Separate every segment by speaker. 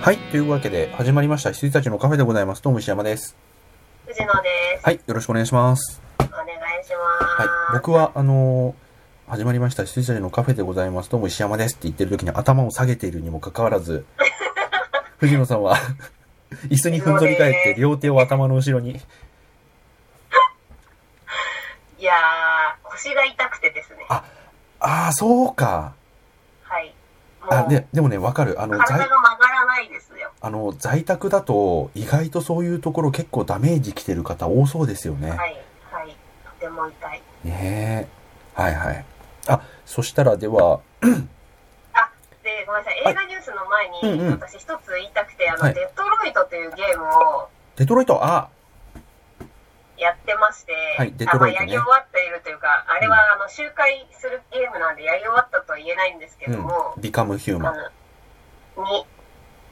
Speaker 1: はい。というわけで、始まりました。羊たちのカフェでございます。どうも石山です。
Speaker 2: 藤野です。
Speaker 1: はい。よろしくお願いします。
Speaker 2: お願いします。
Speaker 1: はい。僕は、あのー始まりました。羊たちのカフェでございます。どうも石山ですって言ってる時に頭を下げているにもかかわらず、藤野さんは、椅子にふんぞり返って、両手を頭の後ろに。
Speaker 2: いやー、腰が痛くてですね。
Speaker 1: あああ、そうか。
Speaker 2: はい。もう、
Speaker 1: あ、で、でもね、わかる。あの、在
Speaker 2: 体が曲がらないですよ。
Speaker 1: あの、在宅だと、意外とそういうところ結構ダメージ来てる方多そうですよね。
Speaker 2: はい。はい。とても痛い。
Speaker 1: ねえ。はいはい。あ、そしたらでは、
Speaker 2: で、ごめんなさい。
Speaker 1: はい
Speaker 2: 映画ニュースの前に、
Speaker 1: うんうん
Speaker 2: 私一つ言いたくて、あの、
Speaker 1: はい
Speaker 2: デトロイトというゲームを
Speaker 1: デトロイト、あ、
Speaker 2: やってまして、
Speaker 1: はいデトロイト
Speaker 2: あまあ
Speaker 1: ね
Speaker 2: やり終わっているというか、あれは、あの、周回するゲームなんで、やり終わったとは言えないんですけ
Speaker 1: う
Speaker 2: ど
Speaker 1: ん
Speaker 2: も、、
Speaker 1: ビカムヒューマ
Speaker 2: あ
Speaker 1: ン。
Speaker 2: の、に、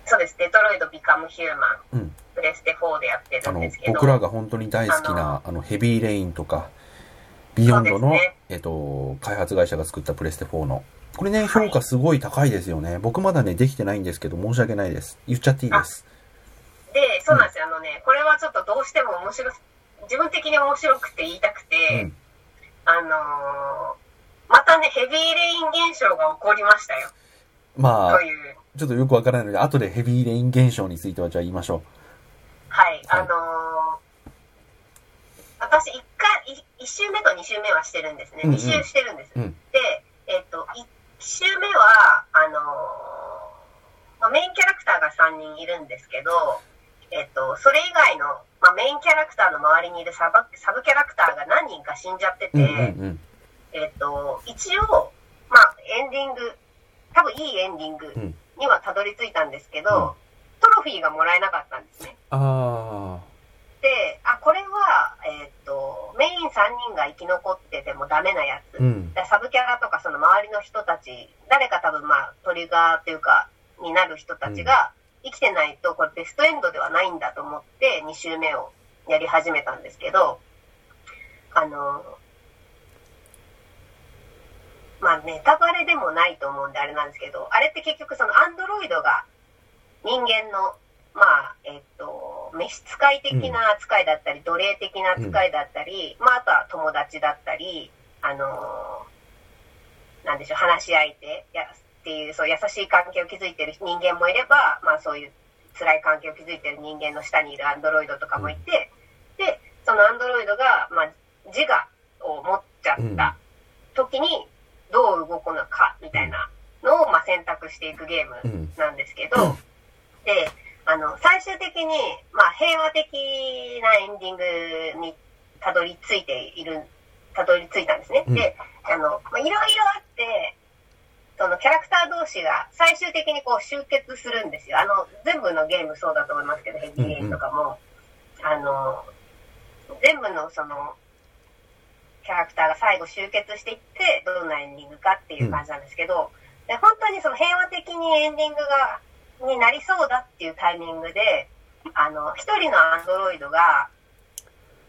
Speaker 2: そうです、デトロイトビカムヒューマ
Speaker 1: う
Speaker 2: ン、
Speaker 1: ん
Speaker 2: プレステ4でやって
Speaker 1: あ
Speaker 2: る
Speaker 1: の
Speaker 2: んです、けど、
Speaker 1: 僕らが本当に大好きな、あの、ヘビーレインとか、ビヨンド
Speaker 2: そう
Speaker 1: の、
Speaker 2: ですね
Speaker 1: えっと、開発会社が作ったプレステ4の。これね、
Speaker 2: はい
Speaker 1: 評価すごい高いですよね。僕まだね、できてないんですけど、申し訳ないです。言っちゃっていいです。
Speaker 2: で、そうなんですよ、あのね、これはちょっとどうしても面白す、自分的に面白くて言いたくて、
Speaker 1: うん
Speaker 2: あのーまたね、ヘビーレイン現象が起こりましたよ、
Speaker 1: まあ
Speaker 2: と、いう、
Speaker 1: ちょっとよくわからないので、後でヘビーレイン現象についてはじゃあ言いましょ
Speaker 2: はい、
Speaker 1: はい
Speaker 2: あのー私1回、い一週目と2週目はしてるんですね、
Speaker 1: うんうん
Speaker 2: 2週してるんです。
Speaker 1: うん
Speaker 2: で、えっ、と、1週目は、あのーまあ、メインキャラクターが3人いるんですけど、えっと、それ以外の、まあ、メインキャラクターの周りにいるサブサブキャラクターが何人か死んじゃって
Speaker 1: う。
Speaker 2: て、
Speaker 1: うんうん
Speaker 2: えっと、一応、まあ、エンディング、多分いいエンディング
Speaker 1: うん
Speaker 2: にはたどり着いたんですけど、
Speaker 1: うん
Speaker 2: トロフィーがもらえなかったんですね。
Speaker 1: うん。あ
Speaker 2: で、あ、これは、えっと、メイン3人が生き残っててもダメなやつ
Speaker 1: ー。うん。
Speaker 2: でサブキャラとかその周りの人たち、誰か多分まあトリガーというか、になる人たちが生きてないと、これベストエンドではないんだと思って、2周目をやり始めたんですけど、あの、まあネタバレでもないと思うんであれなんですけど、あれって結局そのアンドロイドが人間の、まあ、えっと、召使い的な扱いだったり、奴隷的な扱いだったり、まああとは友達だったり、あのーなんでしょう、話し相手やっていう、そう、優しい関係を築いてる人間もいれば、まあそういう辛い関係を築いてる人間の下にいるアンドロイドとかもいて、で、そのアンドロイドが、まあ、自我を持っちゃった時に、どう動くのか、みたいなのを、まあ選択していくゲーム
Speaker 1: うん。
Speaker 2: なんですけど、で、あの、最終的に、まあ、平和的なエンディングにたどり着いている、たどり着いたんですね。
Speaker 1: うん
Speaker 2: で、あの、まあ、いろいろあって、そのキャラクター同士が最終的にこう集結するんですよ。あの、全部のゲームそうだと思いますけど、ヘビーゲームとかも、あの、全部のその、キャラクターが最後集結していって、どんなエンディングかっていう感じなんですけど、で本当にその平和的にエンディングがになりそうだっていうタイミングであの一人のアンドロイドが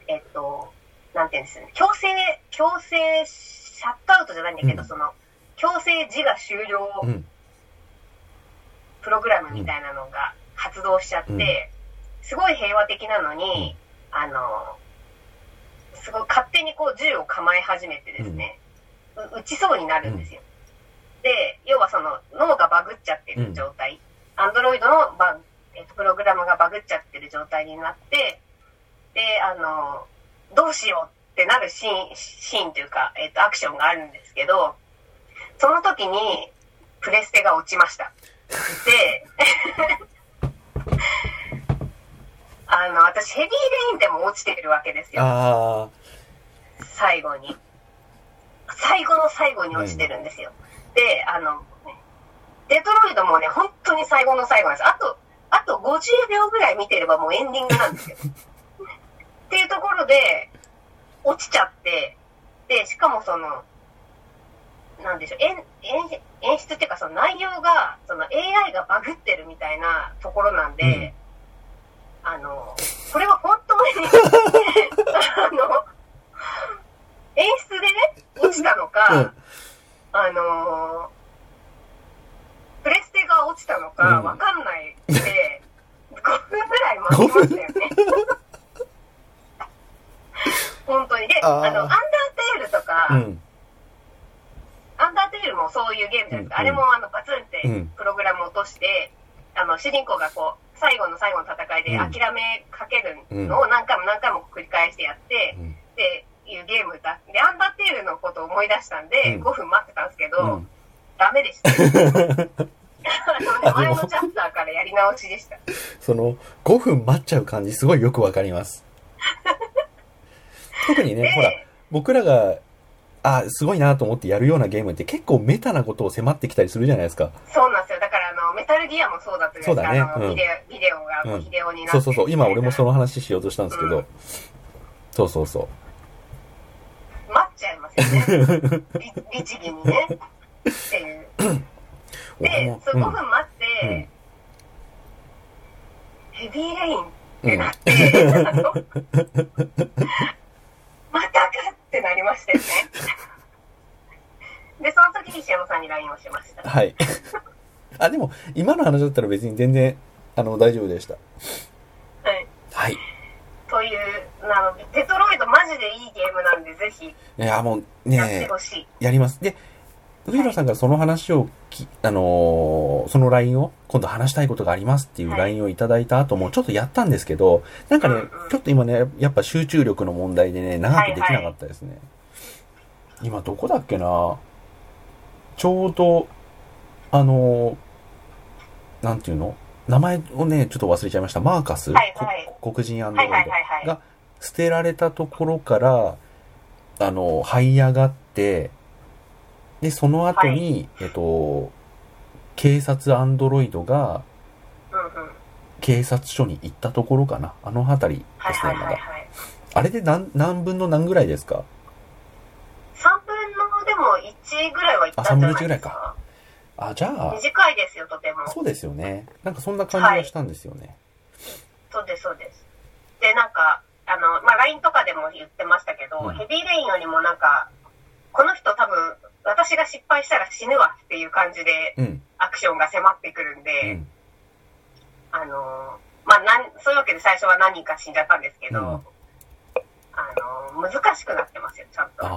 Speaker 2: えっとなんていうんですかね強制強制シャットアウトじゃないんだけど、
Speaker 1: うん
Speaker 2: その強制自我終了
Speaker 1: うん。
Speaker 2: プログラムみたいなのが発動しちゃって、
Speaker 1: うん
Speaker 2: すごい平和的なのに、あの、すごい勝手にこう銃を構え始めてですね、う撃ちそうになるんですよ。で、要はその脳がバグっちゃってる状態、アンドロイドのバグえっとプログラムがバグっちゃってる状態になって、で、あの、どうしようってなるシーン、シーンというか、えっと、アクションがあるんですけど、その時に、プレステが落ちました。で、 あの、私、ヘビーレインでも落ちてるわけですよ。
Speaker 1: あ
Speaker 2: 最後に。最後の最後に落ちてるんですよ。で、あの、デトロイドもね、本当に最後の最後なんです。あと、あと50秒ぐらい見てればもうエンディングなんですよ。 っていうところで、落ちちゃって、で、しかもその、なんでしょう、演演演出っていうかその内容が、その AI がバグってるみたいなところなんで、あの、これは本当に あの、演出でね、落ちたのか、
Speaker 1: うん
Speaker 2: あのープレステが落ちたのか
Speaker 1: うん
Speaker 2: わかんないで、 まとまったよね。本当に。で、
Speaker 1: あー
Speaker 2: あの、アンダーテールとか、
Speaker 1: うん。
Speaker 2: アンダーテールもそういうゲームじゃないですか。
Speaker 1: うん
Speaker 2: あれもあの、バツンってプログラムを落として、あの、主人公がこう、最後の最後の戦いで
Speaker 1: うん
Speaker 2: 諦めかけるのを何回も何回も繰り返してやって、
Speaker 1: うん
Speaker 2: っていうゲームだ。で、アンダーテールのことを思い出したんで、
Speaker 1: うん
Speaker 2: 5分待ってたんですけど、
Speaker 1: うん
Speaker 2: ダメ でした。あのね
Speaker 1: あで
Speaker 2: 前
Speaker 1: も
Speaker 2: のチャプターからやり直しでした。
Speaker 1: その、5分待っちゃう感じ、すごいよくわかります。特にね、ほら、僕らが、あ、すごいなと思ってやるようなゲームって結構メタなことを迫ってきたりするじゃないですか。
Speaker 2: そうなんですよ。だから、あの、メタルギアもそうだったじゃないですか。
Speaker 1: そうだね
Speaker 2: あの
Speaker 1: うん
Speaker 2: ビデオ、ビデオがこ
Speaker 1: う
Speaker 2: うんヒデオになって、
Speaker 1: そうそうそう、今俺もそ
Speaker 2: の。
Speaker 1: の話しようとしたんですけど、
Speaker 2: うん
Speaker 1: そうそうそう。
Speaker 2: 待っちゃいますよね。 り律儀にね。っていう。
Speaker 1: 俺
Speaker 2: で
Speaker 1: も、
Speaker 2: そう
Speaker 1: うん
Speaker 2: 5分待って、
Speaker 1: うん
Speaker 2: ヘビーレインっ
Speaker 1: う
Speaker 2: て
Speaker 1: ん
Speaker 2: なって、あのまたかってなりましたよね。で、その時に石山さんに LINE をしました。
Speaker 1: はい。 あ、でも、今の話だったら別に全然、あの、大丈夫でした。
Speaker 2: はい。
Speaker 1: はい。い
Speaker 2: という、あの、デトロイドマジでいいゲームなんで、ぜひ
Speaker 1: や、もう
Speaker 2: やって
Speaker 1: ね、
Speaker 2: ほしい。
Speaker 1: やります。で、藤野さんからその話をき、あのーその LINE を、今度話したいことがありますっていう
Speaker 2: はい
Speaker 1: LINE をいただいた後も、ちょっとやったんですけど、なんかね、
Speaker 2: うんうん
Speaker 1: ちょっと今ね、やっぱ集中力の問題でね、長くできなかったですね。今どこだっけなちょうど、あのーなんていうの名前をね、ちょっと忘れちゃいました。マーカス、
Speaker 2: はいはい
Speaker 1: こ黒人アンドロ
Speaker 2: はい
Speaker 1: イ
Speaker 2: はい
Speaker 1: ド
Speaker 2: はいはい。
Speaker 1: が捨てられたところから、あの、這い上がって、で、その後に、えっと、警察アンドロイドが
Speaker 2: うんうん。
Speaker 1: 警察署に行ったところかな。あの辺り
Speaker 2: は
Speaker 1: で
Speaker 2: い
Speaker 1: すね、
Speaker 2: はい
Speaker 1: ま
Speaker 2: はい
Speaker 1: だ。
Speaker 2: はい。
Speaker 1: あれで何、何分の何ぐらいですか
Speaker 2: 3分のでも1ぐらいはいったんじゃないですか。
Speaker 1: あ、じゃあ、
Speaker 2: 短いですよ、とても。
Speaker 1: そうですよね。なんかそんな感じがしたんですよね。
Speaker 2: そうです、そうです。で、なんか、あの、まあ、LINE とかでも言ってましたけど、
Speaker 1: うん
Speaker 2: ヘビーレインよりもなんか、この人多分、私が失敗したら死ぬわっていう感じで、
Speaker 1: うん、
Speaker 2: アクションが迫ってくるん
Speaker 1: う
Speaker 2: で、
Speaker 1: ん、
Speaker 2: あのーまあ、なん、そういうわけで最初は何人か死んじゃったんですけど、
Speaker 1: うん
Speaker 2: あのー難しくなってますよ、ちゃんと。
Speaker 1: ああ。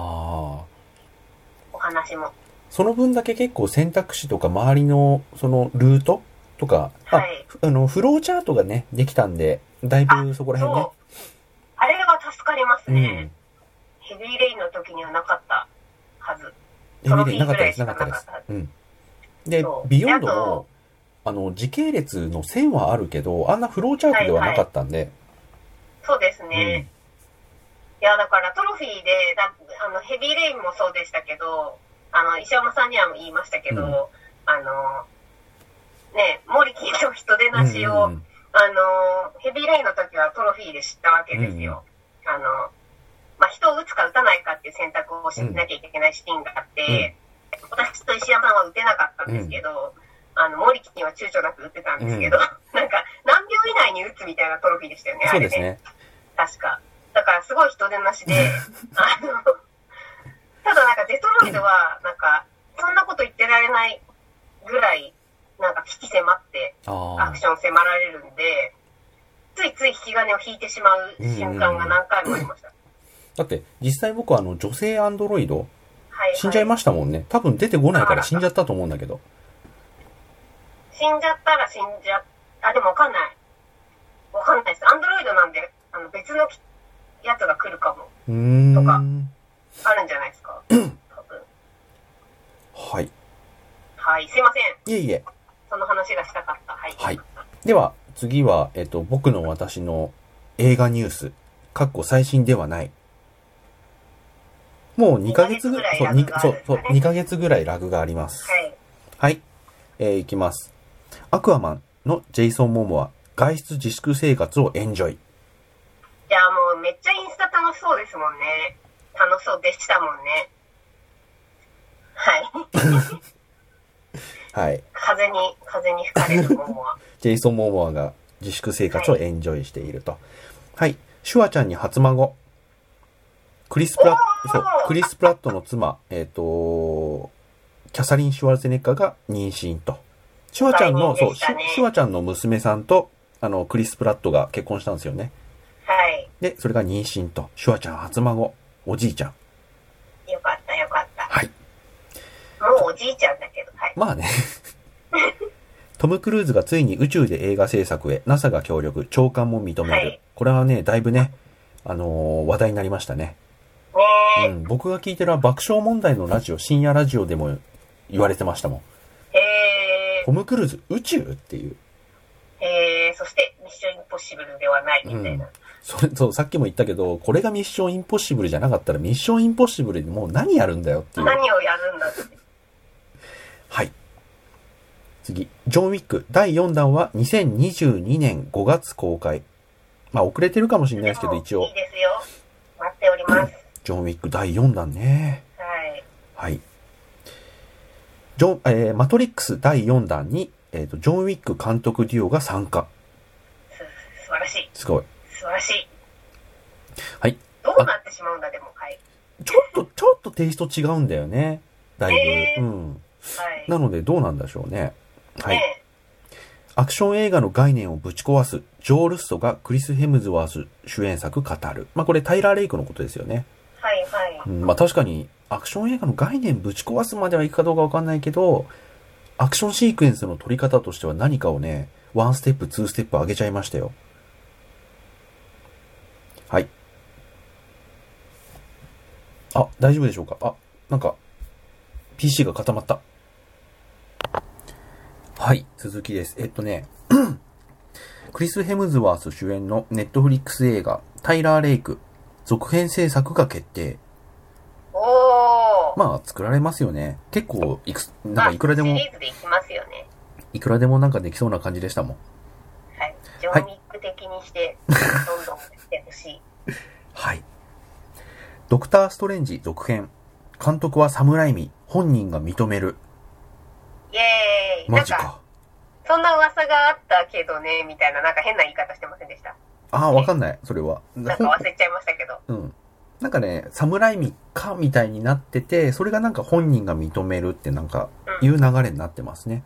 Speaker 2: お話も。
Speaker 1: その分だけ結構選択肢とか周りのそのルートとか、あ
Speaker 2: はい
Speaker 1: ふあの、フローチャートがね、できたんで、だいぶそこら辺ね
Speaker 2: そう。あれは助かります
Speaker 1: うん
Speaker 2: ね。。ヘビーレインの時にはなかったはず。
Speaker 1: え
Speaker 2: トロ
Speaker 1: 見
Speaker 2: フ
Speaker 1: れ
Speaker 2: ィー
Speaker 1: なかったです、
Speaker 2: ぐ
Speaker 1: な
Speaker 2: ら
Speaker 1: か
Speaker 2: い
Speaker 1: っ
Speaker 2: しか
Speaker 1: た
Speaker 2: な
Speaker 1: で
Speaker 2: かっ
Speaker 1: す
Speaker 2: た。
Speaker 1: うん。で
Speaker 2: そ、う
Speaker 1: ビヨンド
Speaker 2: であ
Speaker 1: も
Speaker 2: と、
Speaker 1: あの、時系列の線はあるけど、あんなフローチャートではなかったんで、
Speaker 2: そうですね。いや、だからトロフィーで、だあのヘビーレインもそうでしたけど、あの、石山さんには言いましたけど、
Speaker 1: うん
Speaker 2: あの、ね、モリキーの人出なしを、
Speaker 1: うん
Speaker 2: あの、ヘビーレインの時はトロフィーで知ったわけですよ。あの、まあ、人を撃つか撃たないかっていう選択をしなきゃいけないシーンがあって、私と石山さんは撃てなかったんですけど、あの、モリキーは躊躇なく撃ってたんですけど、
Speaker 1: う
Speaker 2: なんか、何秒以内に撃つみたいなトロフィーでしたよね、あ
Speaker 1: そう
Speaker 2: れ
Speaker 1: ですね。
Speaker 2: 確か。だからすごい人出なしで、 あの、ただなんかデトロイドは、なんか、そんなこと言ってられないぐらい、なんか危機迫って、ア
Speaker 1: あ
Speaker 2: クション迫られるんで、ついつい引き金を引いてしまう瞬間が何回もありました。
Speaker 1: ーだって、実際僕はあの、女性アンドロイド、
Speaker 2: はい、はい。
Speaker 1: 死んじゃいましたもんね。多分出てこないから死んじゃったと思うんだけど。
Speaker 2: 死んじゃったら死んじゃ、あ、でもわかんない。わかんないです。アンドロイドなんで、あの別のきやつが来るかも。
Speaker 1: うーん。
Speaker 2: とか
Speaker 1: は
Speaker 2: あるんじゃないですか。多分。
Speaker 1: い。
Speaker 2: はい。すいませ
Speaker 1: い
Speaker 2: ん。
Speaker 1: えいえ。
Speaker 2: その話がしたかった。はい。
Speaker 1: はいでは、次は、えっと、僕の私の映画ニュース。かっこ最新ではない。もう2ヶ月ぐらい、そう、
Speaker 2: 二ヶ
Speaker 1: 2
Speaker 2: 月
Speaker 1: そ
Speaker 2: ぐ
Speaker 1: う
Speaker 2: らい、
Speaker 1: そう、
Speaker 2: ラグがあるんですかね
Speaker 1: 2ヶ月ぐらいラグがあります。
Speaker 2: はい。
Speaker 1: はい。えーいきます。アクアマンのジェイソン・モモア、外出自粛生活をエンジョイ。
Speaker 2: いや、もうめっちゃインスタ楽しそうですもんね。楽しそうでしたもんね。はい。
Speaker 1: はい。
Speaker 2: 風に、風に吹かれる ももは。
Speaker 1: ジェイソン・モモアが自粛生活をエンジョイしていると。はい。シュワちゃんに初孫。クリス・プラ
Speaker 2: お
Speaker 1: ッ
Speaker 2: ー
Speaker 1: そう、クリス・プラットの妻、えっ、と、キャサリン・シュワルツェネッカーが妊娠と。シュワちゃんの、
Speaker 2: 大変
Speaker 1: そ
Speaker 2: で
Speaker 1: う、
Speaker 2: し
Speaker 1: シ
Speaker 2: た
Speaker 1: ュ
Speaker 2: ね
Speaker 1: シュワちゃんの娘さんと、あの、クリス・プラットが結婚したんですよね。
Speaker 2: はい。
Speaker 1: で、それが妊娠と、シュワちゃん初孫、おじいちゃん。
Speaker 2: よかった、よかった。
Speaker 1: はい。
Speaker 2: もうおじいちゃんだけど、はい。
Speaker 1: まあね。 トム・クルーズがついに宇宙で映画制作へ、NASA が協力、長官も認める。
Speaker 2: はい
Speaker 1: これはね、だいぶね、あのー話題になりましたね。う
Speaker 2: ね
Speaker 1: ん、僕が聞いてる爆笑問題のラジオ、深夜ラジオでも言われてましたもん。
Speaker 2: え。え
Speaker 1: トム・クルーズ、宇宙っていう。
Speaker 2: ー、えー、そして、ミッションインポッシブルではないみたいな。
Speaker 1: それ、そう、さっきも言ったけど、これがミッションインポッシブルじゃなかったら、ミッションインポッシブルでもう何やるんだよっていう。
Speaker 2: 何をやるんだって。
Speaker 1: はい。次、ジョン・ウィック第4弾は2022年5月公開。まあ遅れてるかもしれないですけど、一応
Speaker 2: いい。ですよ。待っております。
Speaker 1: ジョン・ウィック第4弾ね。
Speaker 2: はい。
Speaker 1: はい。ジョン、えーマトリックス第4弾に、えっ、と、ジョン・ウィック監督デュオが参加。
Speaker 2: す素晴らしい。
Speaker 1: すごい。
Speaker 2: 素晴らしい。
Speaker 1: はい。
Speaker 2: どうなってしまうんだ、でも。はい。
Speaker 1: ちょっと、ちょっとテイスト違うんだよね。だいぶ。
Speaker 2: えー
Speaker 1: うん。
Speaker 2: はい。
Speaker 1: なので、どうなんでしょうね。はい。
Speaker 2: ね
Speaker 1: アクション映画の概念をぶち壊す、ジョー・ルッソがクリス・ヘムズワース主演作語る。まあこれタイラー・レイクのことですよね。
Speaker 2: はい、はい。
Speaker 1: うんまあ確かに、アクション映画の概念ぶち壊すまではいくかどうかわかんないけど、アクションシークエンスの取り方としては何かをね、ワンステップ、ツーステップ上げちゃいましたよ。はい。あ、大丈夫でしょうかあ、なんか、PC が固まった。はい、続きです。えっとね、 クリス・ヘムズワース主演のネットフリックス映画、タイラー・レイク、続編制作が決定。
Speaker 2: おー。
Speaker 1: まあ、作られますよね。結構、いくつ、なんかいくらで
Speaker 2: ま
Speaker 1: も
Speaker 2: あシ、リーズでいきますよね。
Speaker 1: いくらでもなんかできそうな感じでしたもん。
Speaker 2: はい。ジョン・ウィック的に して、どんどんしてほしい。
Speaker 1: はい。ドクター・ストレンジ続編。監督はサムライミ。本人が認める。
Speaker 2: イエーイ。
Speaker 1: マジ
Speaker 2: なんか、
Speaker 1: か。
Speaker 2: そんな噂があったけどね、みたいな、なんか変な言い方してませんでした。
Speaker 1: ああ、わかんない。それは。
Speaker 2: なんか忘れちゃいましたけど。
Speaker 1: うん。なんかね、サムライミかみたいになってて、それがなんか本人が認めるってなんか、
Speaker 2: う
Speaker 1: い
Speaker 2: ん。
Speaker 1: う流れになってますね。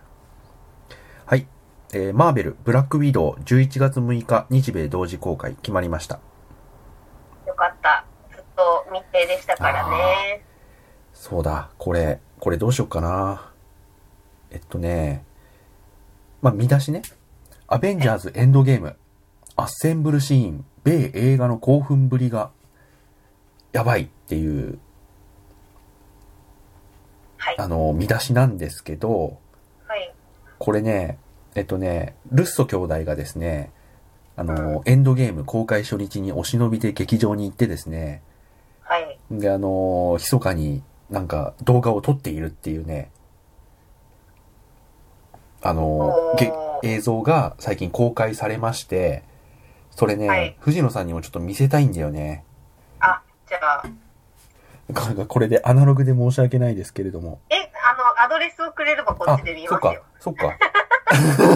Speaker 1: はい。えーマーベル、ブラックウィドウ、11月6日、日米同時公開、決まりました。
Speaker 2: よかった。ずっと密閉でしたからね。
Speaker 1: そうだ、これ、これどうしよっかな。えっとね、まあ、見出しね。アベンジャーズエンドゲーム。アッセンブルシーン。米映画の興奮ぶりが、やばいっていう、
Speaker 2: はい。
Speaker 1: あの、見出しなんですけど、
Speaker 2: はい。
Speaker 1: これね、えっとね、ルッソ兄弟がですね、あの、エンドゲーム公開初日にお忍びで劇場に行ってですね、
Speaker 2: はい。
Speaker 1: で、あの、密かになんか動画を撮っているっていうね、あの
Speaker 2: お、
Speaker 1: げ
Speaker 2: ー
Speaker 1: 映像が最近公開されまして、それね、
Speaker 2: はい
Speaker 1: 藤野さんにもちょっと見せたいんだよね。
Speaker 2: あ、じゃあ、
Speaker 1: なんかこれでアナログで申し訳ないですけれども。
Speaker 2: え、あの、アドレスをくれればこっ
Speaker 1: あ
Speaker 2: ちで見、
Speaker 1: そ
Speaker 2: ま
Speaker 1: っ
Speaker 2: すよ
Speaker 1: か。、そっか。
Speaker 2: いや、ちょっ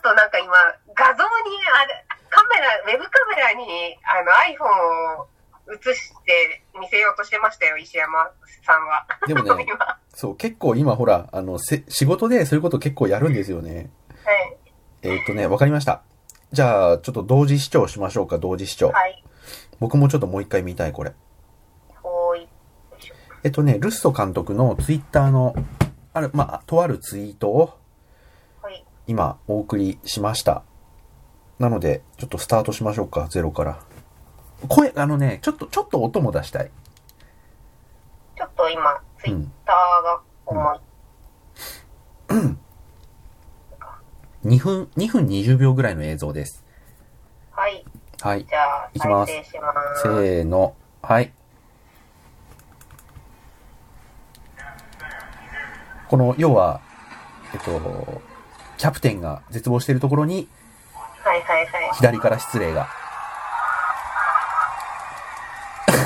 Speaker 2: となんか今、画像に、あれ、カメラ、ウェブカメラに、あの、iPhone を映して見せようとしてましたよ、石山さんは。
Speaker 1: でも
Speaker 2: 今。
Speaker 1: ね、
Speaker 2: は
Speaker 1: そう、結構今ほら、あの、せ仕事でそういうこと結構やるんですよね。
Speaker 2: い。
Speaker 1: えっ、とね、わかりました。じゃあ、ちょっと同時視聴しましょうか、同時視聴。
Speaker 2: はい。
Speaker 1: 僕もちょっともう一回見たい、これ。
Speaker 2: ほーい。
Speaker 1: えっとね、ルッソ監督のツイッターの、ある、まあ、とあるツイートを
Speaker 2: ほい。
Speaker 1: 今お送りしました。なので、ちょっとスタートしましょうか、ゼロから。声、あのね、ちょっと、ちょっと音も出したい。
Speaker 2: ちょっと今、ツイッターが重い。
Speaker 1: 2分、2分20秒ぐらいの映像です。
Speaker 2: はい。
Speaker 1: はい。
Speaker 2: じゃあ、
Speaker 1: いきます
Speaker 2: 再生します。
Speaker 1: せーの。はい。この、要は、えっと、キャプテンが絶望しているところに、
Speaker 2: はいはいはい。
Speaker 1: 左から失礼が。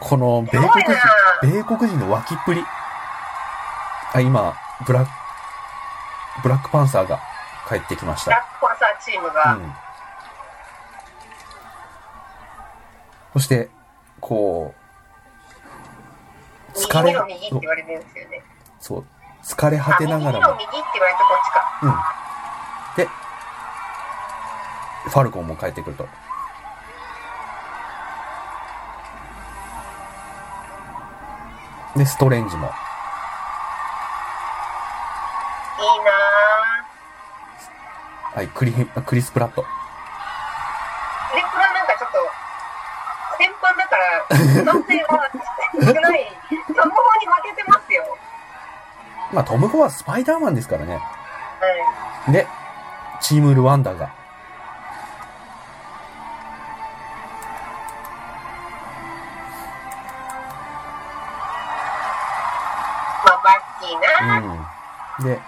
Speaker 1: この米国人
Speaker 2: すご、
Speaker 1: 米国人の脇っぷり。あ、今、ブラック、ブラックパンサーが帰ってきまし
Speaker 2: ブラ
Speaker 1: た。
Speaker 2: ックコンサーチーム
Speaker 1: う
Speaker 2: が、
Speaker 1: ん。そして、こう、疲れ
Speaker 2: 右の右って言われてるんですよね。
Speaker 1: そう、疲れ果
Speaker 2: あ、
Speaker 1: てな
Speaker 2: 右の
Speaker 1: が
Speaker 2: 右
Speaker 1: ら
Speaker 2: っ
Speaker 1: も、
Speaker 2: て言われてこっちか。
Speaker 1: うん。で、ファルコンも帰ってくると。で、ストレンジも。
Speaker 2: いいな
Speaker 1: はい、クリ、クリス・プラット。
Speaker 2: ぁ。レプラなんかちょっと、先般だから、男性は少ない。その方に負けてますよ。
Speaker 1: まあ、トム・ホはスパイダーマンですからね。
Speaker 2: はい。
Speaker 1: で、チームルワンダが。
Speaker 2: まあ、バッキーな、
Speaker 1: うん。で、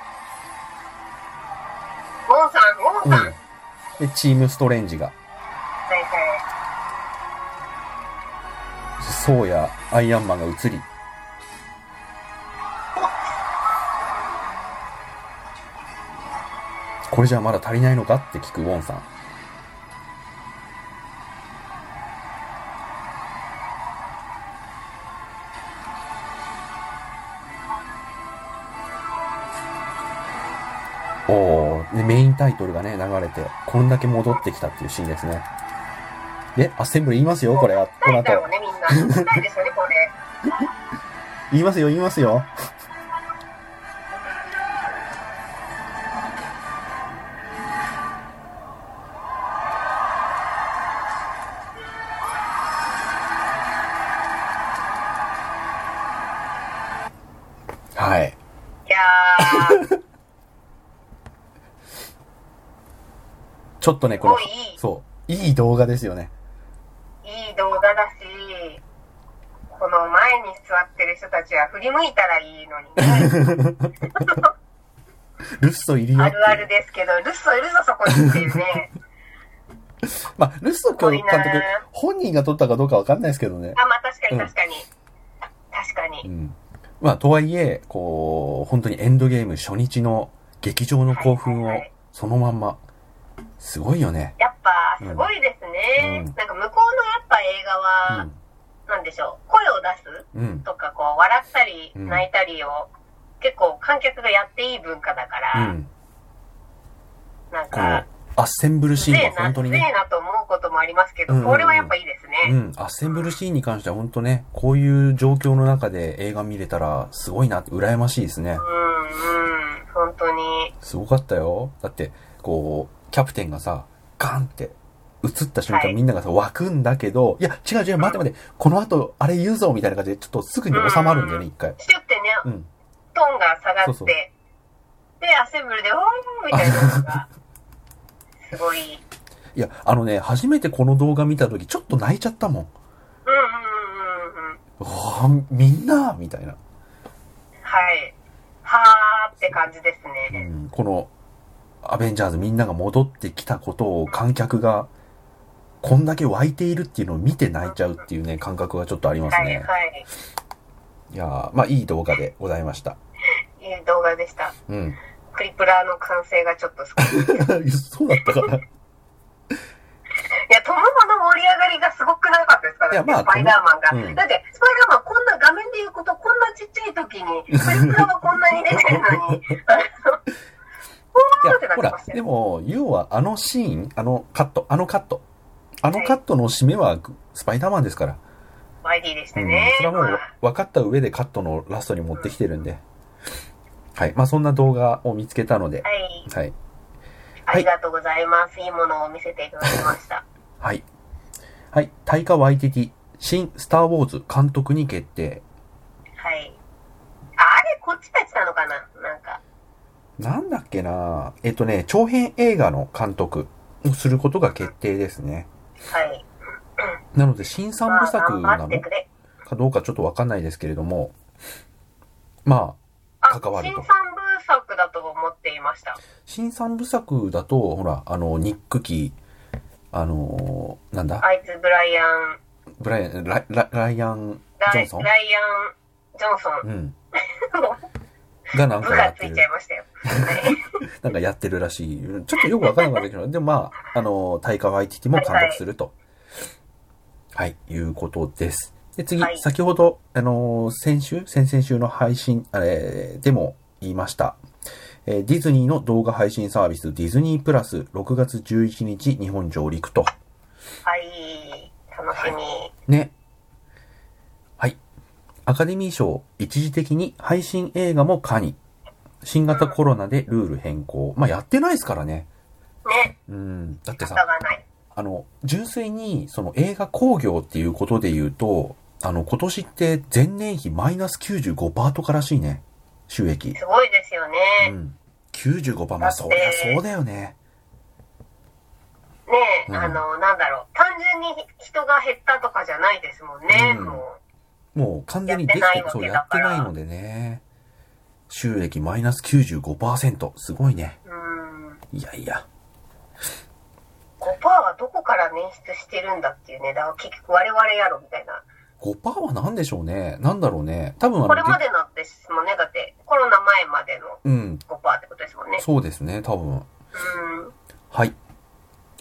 Speaker 2: ゴーさん、ゴーさん。はいはい。
Speaker 1: うん。で、チームストレンジが。そうや、アイアンマンが移り。これじゃまだ足りないのかって聞くウォンさん。おーでメインタイトルがね、流れて、こんだけ戻ってきたっていうシーンですね。で、アッセンブル言いますよ、これ、この
Speaker 2: 誰だ
Speaker 1: 後
Speaker 2: ろう。ね、みんな。誰でしょうね、これ。
Speaker 1: 言いますよ、言いますよ。はい。
Speaker 2: いやー、
Speaker 1: ちょっとね、この
Speaker 2: すごいい、い
Speaker 1: そう、いい動画ですよね。
Speaker 2: いい動画だし、この前に座ってる人たちは振り向いたらいいのに ね。
Speaker 1: ルッソいるよ
Speaker 2: あ
Speaker 1: っていう
Speaker 2: るあるですけど、ルッソいるぞ、そこにっていうね。
Speaker 1: まあ、ルッソ監督
Speaker 2: すごいな、
Speaker 1: 本人が撮ったかどうかわかんないですけどね。
Speaker 2: あ、まあ確か
Speaker 1: うん
Speaker 2: に確かに。確かに。
Speaker 1: うんまあ、とはいえ、こう、本当にエンドゲーム初日の劇場の興奮
Speaker 2: はいはい
Speaker 1: を
Speaker 2: はい
Speaker 1: そのまんま。すごいよね。
Speaker 2: やっぱ、すごいですね。
Speaker 1: うん
Speaker 2: なんか向こうのやっぱ映画は、なんでしょう、声を出す
Speaker 1: うん。うん。
Speaker 2: とか、こう、笑ったり、
Speaker 1: うん
Speaker 2: 泣いたりを、結構観客がやっていい文化だか
Speaker 1: う
Speaker 2: ら、
Speaker 1: ん。
Speaker 2: なん
Speaker 1: この
Speaker 2: か、、
Speaker 1: アッセンブル
Speaker 2: う
Speaker 1: シ
Speaker 2: ぜ
Speaker 1: ー
Speaker 2: え
Speaker 1: ンが
Speaker 2: な、
Speaker 1: 本
Speaker 2: う
Speaker 1: 当に
Speaker 2: ぜえ
Speaker 1: ね。
Speaker 2: なと思うこともありますけど、
Speaker 1: うんうんうん
Speaker 2: これはやっぱいいです
Speaker 1: う
Speaker 2: ね。
Speaker 1: ん。アッセンブルシーンに関しては本当ね、こういう状況の中で映画見れたら、すごいなって、羨ましいですね
Speaker 2: う。ん、うん、本当に。
Speaker 1: すごかったよ。だって、こう、キャプテンがさ、ガンって、映った瞬間、
Speaker 2: はい
Speaker 1: みんながさ、湧くんだけど、いや、違う違う、待って待って、この後、あれ言うぞ、みたいな感じで、ちょっとすぐに収まるんだよね、一回。
Speaker 2: シュってね、
Speaker 1: うん。
Speaker 2: トーンが下がって、
Speaker 1: そうそう
Speaker 2: で、アッセンブルで、おーみたいなのが、すごい。
Speaker 1: いや、あのね、初めてこの動画見た時、ちょっと泣いちゃったもん。
Speaker 2: うんうんうんうんうん。
Speaker 1: うわーみんなみたいな。
Speaker 2: はい。はーって感じです
Speaker 1: う
Speaker 2: ね。
Speaker 1: ん、この、アベンジャーズみんなが戻ってきたことを観客が、こんだけ湧いているっていうのを見て泣いちゃうっていうね、感覚がちょっとあります
Speaker 2: はい
Speaker 1: ね。
Speaker 2: はい。
Speaker 1: いやーまあいい動画でございました。
Speaker 2: いい動画でした。
Speaker 1: うん。
Speaker 2: クリプラの完成がちょっと少ない。い
Speaker 1: そうだったかな。い
Speaker 2: や、トムホの盛り上がりがすごくなかったですからね、
Speaker 1: いやまあ
Speaker 2: スパイダーマンが。
Speaker 1: トムうん
Speaker 2: だって、スパイダーマンこんな画面で言うこと、こんなちっちゃい時に、クリプラはこんなに出てる のに、あの、おーって
Speaker 1: や、
Speaker 2: なっ
Speaker 1: ほ
Speaker 2: てま
Speaker 1: ら
Speaker 2: し、た
Speaker 1: で
Speaker 2: よ。
Speaker 1: も、要はあのシーン、あのカット、あのカット。あのカットの締めはスパイダーマンですから。
Speaker 2: YD でした
Speaker 1: うん
Speaker 2: ね。
Speaker 1: それはもう分かった上でカットのラストに持ってきてるんで。はい。まあそんな動画を見つけたので
Speaker 2: は。い。
Speaker 1: はい。
Speaker 2: ありがとうございます。いいものを見せていただきました。
Speaker 1: はい。はい。タイカ・ワイティティ、新スター・ウォーズ監督に決定。
Speaker 2: はい。ああれ、こっちたちなのかななんか。
Speaker 1: なんだっけなえっとね、長編映画の監督をすることが決定ですね。
Speaker 2: はい。
Speaker 1: なので、新三部作
Speaker 2: まあ
Speaker 1: な
Speaker 2: 頑張っ
Speaker 1: の
Speaker 2: てくれ。
Speaker 1: かどうかちょっとわかんないですけれども、ま
Speaker 2: あ、
Speaker 1: 関わる
Speaker 2: 新
Speaker 1: と
Speaker 2: 三部作だと思っていました。
Speaker 1: あ、新三部作だと、ほら、あの、ニックキー、あのー、なんだ、
Speaker 2: あいつ、ブライアン、
Speaker 1: ブライアン、ライラライアン・ジョ
Speaker 2: ライ
Speaker 1: ンソン
Speaker 2: ライアン・ジョンソン。
Speaker 1: うん。
Speaker 2: も
Speaker 1: がなん
Speaker 2: う部
Speaker 1: かや
Speaker 2: が
Speaker 1: っ
Speaker 2: つ
Speaker 1: て
Speaker 2: いちゃい
Speaker 1: る、
Speaker 2: ましたよ。はい
Speaker 1: なんかやってるらしい。ちょっとよくわからなかったけど、でもまあ、あのー、タイカ・ワイティティも監督すると。はい、いうことです。で、次、
Speaker 2: はい
Speaker 1: 先ほど、あのー先週、先々週の配信、あれでも言いました。えーディズニーの動画配信サービスディズニープラス6月11日日本上陸と。
Speaker 2: はい。楽しみ。
Speaker 1: ね。はい。アカデミー賞、一時的に配信映画も可に。新型コロナでルール変更。まあ、やってないですからね。
Speaker 2: ね。
Speaker 1: うん。だって
Speaker 2: 仕
Speaker 1: さ、
Speaker 2: 方がない。
Speaker 1: あの、純粋に、その映画興行っていうことで言うと、あの、今年って前年比マイナス95%とからしいね。収益。
Speaker 2: すごいですよ
Speaker 1: う
Speaker 2: ね。
Speaker 1: ん。95%、まあ、そりゃそうだよね。
Speaker 2: ね
Speaker 1: う
Speaker 2: え、
Speaker 1: ん
Speaker 2: あの、なんだろう。単純に人が減ったとかじゃないですもんね。
Speaker 1: うん
Speaker 2: も
Speaker 1: もう完全にできて
Speaker 2: やってないわけ
Speaker 1: そう、や
Speaker 2: だ
Speaker 1: って
Speaker 2: から
Speaker 1: ないのでね。収益マイナス95%。すごいね。
Speaker 2: う。うん。
Speaker 1: いやいや。
Speaker 2: 5%はどこから捻出してるんだっていうね。だから結局我々やろみたいな。
Speaker 1: 5%は何でしょうね。なんだろうね。多分
Speaker 2: こ
Speaker 1: あ
Speaker 2: れ
Speaker 1: の、
Speaker 2: ま
Speaker 1: で
Speaker 2: でのですもんね。だってコロナ前までの
Speaker 1: うん。
Speaker 2: 5%ってことですもんね。
Speaker 1: そうですね、多分。
Speaker 2: うん。
Speaker 1: はい。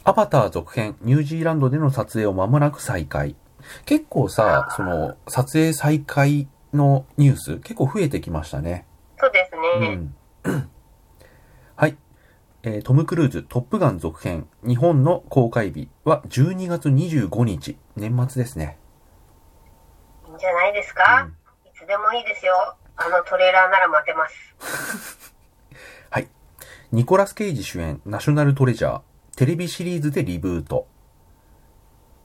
Speaker 1: アバター続編、ニュージーランドでの撮影を間もなく再開。結構さ、その、撮影再開のニュース、結構増えてきましたね。
Speaker 2: そうです
Speaker 1: う
Speaker 2: ね。
Speaker 1: ん。 はい。えートム・クルーズ、トップガン続編、日本の公開日は12月25日、年末ですね。
Speaker 2: いいんじゃないですか、
Speaker 1: うん
Speaker 2: いつでもいいですよ。あのトレーラーなら待てます。
Speaker 1: ニコラス・ケイジ主演、ナショナルトレジャー、テレビシリーズでリブート。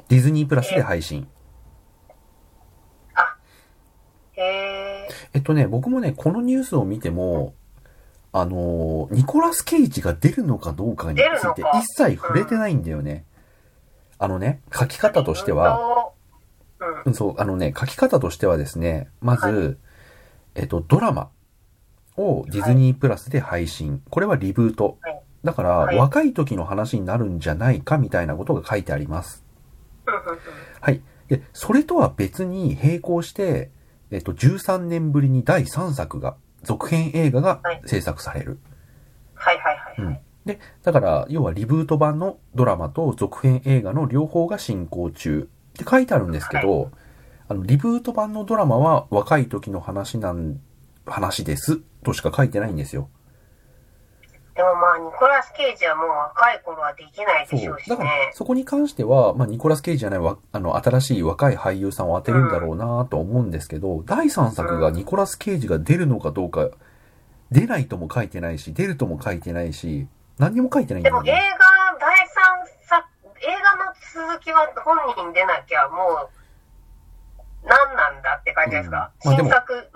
Speaker 1: ディズニープラスで配信。
Speaker 2: へえ。
Speaker 1: えっとね、僕もね、このニュースを見ても、あのーニコラス・ケイジが出るのかどうかについて
Speaker 2: 出るのか
Speaker 1: 一切触れてないんだよね。あのね、書き方としては、
Speaker 2: うん。うん。
Speaker 1: うんそう、あのね、書き方としてはですね、まず、
Speaker 2: は
Speaker 1: えっと、ドラマをディズニープラスで配信。これはリブート
Speaker 2: はい。
Speaker 1: だから、
Speaker 2: はい
Speaker 1: 若い時の話になるんじゃないかみたいなことが書いてあります。
Speaker 2: うんうん
Speaker 1: はい。で、それとは別に並行して、えっと、13年ぶりに第3作が、続編映画が
Speaker 2: はい
Speaker 1: 制作される。
Speaker 2: はいはいはい。
Speaker 1: うん。で、だから、要はリブート版のドラマと続編映画の両方が進行中って書いてあるんですけど、あの、リブート版のドラマは若い時の話なん、話ですとしか書いてないんですよ。
Speaker 2: でもまあ、ニコラス・ケイジはもう若い頃はできないでしょうし
Speaker 1: だから
Speaker 2: ね、。
Speaker 1: そこに関しては、まあ、ニコラス・ケイジじゃないわ、あの、新しい若い俳優さんを当てるんだろうなと思うんですけど、第3作がニコラス・ケイジが出るのかどうか、出ないとも書いてないし、出るとも書いてないし、何にも書いてないんだ
Speaker 2: で
Speaker 1: よ
Speaker 2: も映
Speaker 1: ね。
Speaker 2: 画、第三作、映画の続きは本人出なきゃもう、何なんだって感じですか、
Speaker 1: うんまあでも
Speaker 2: 新作、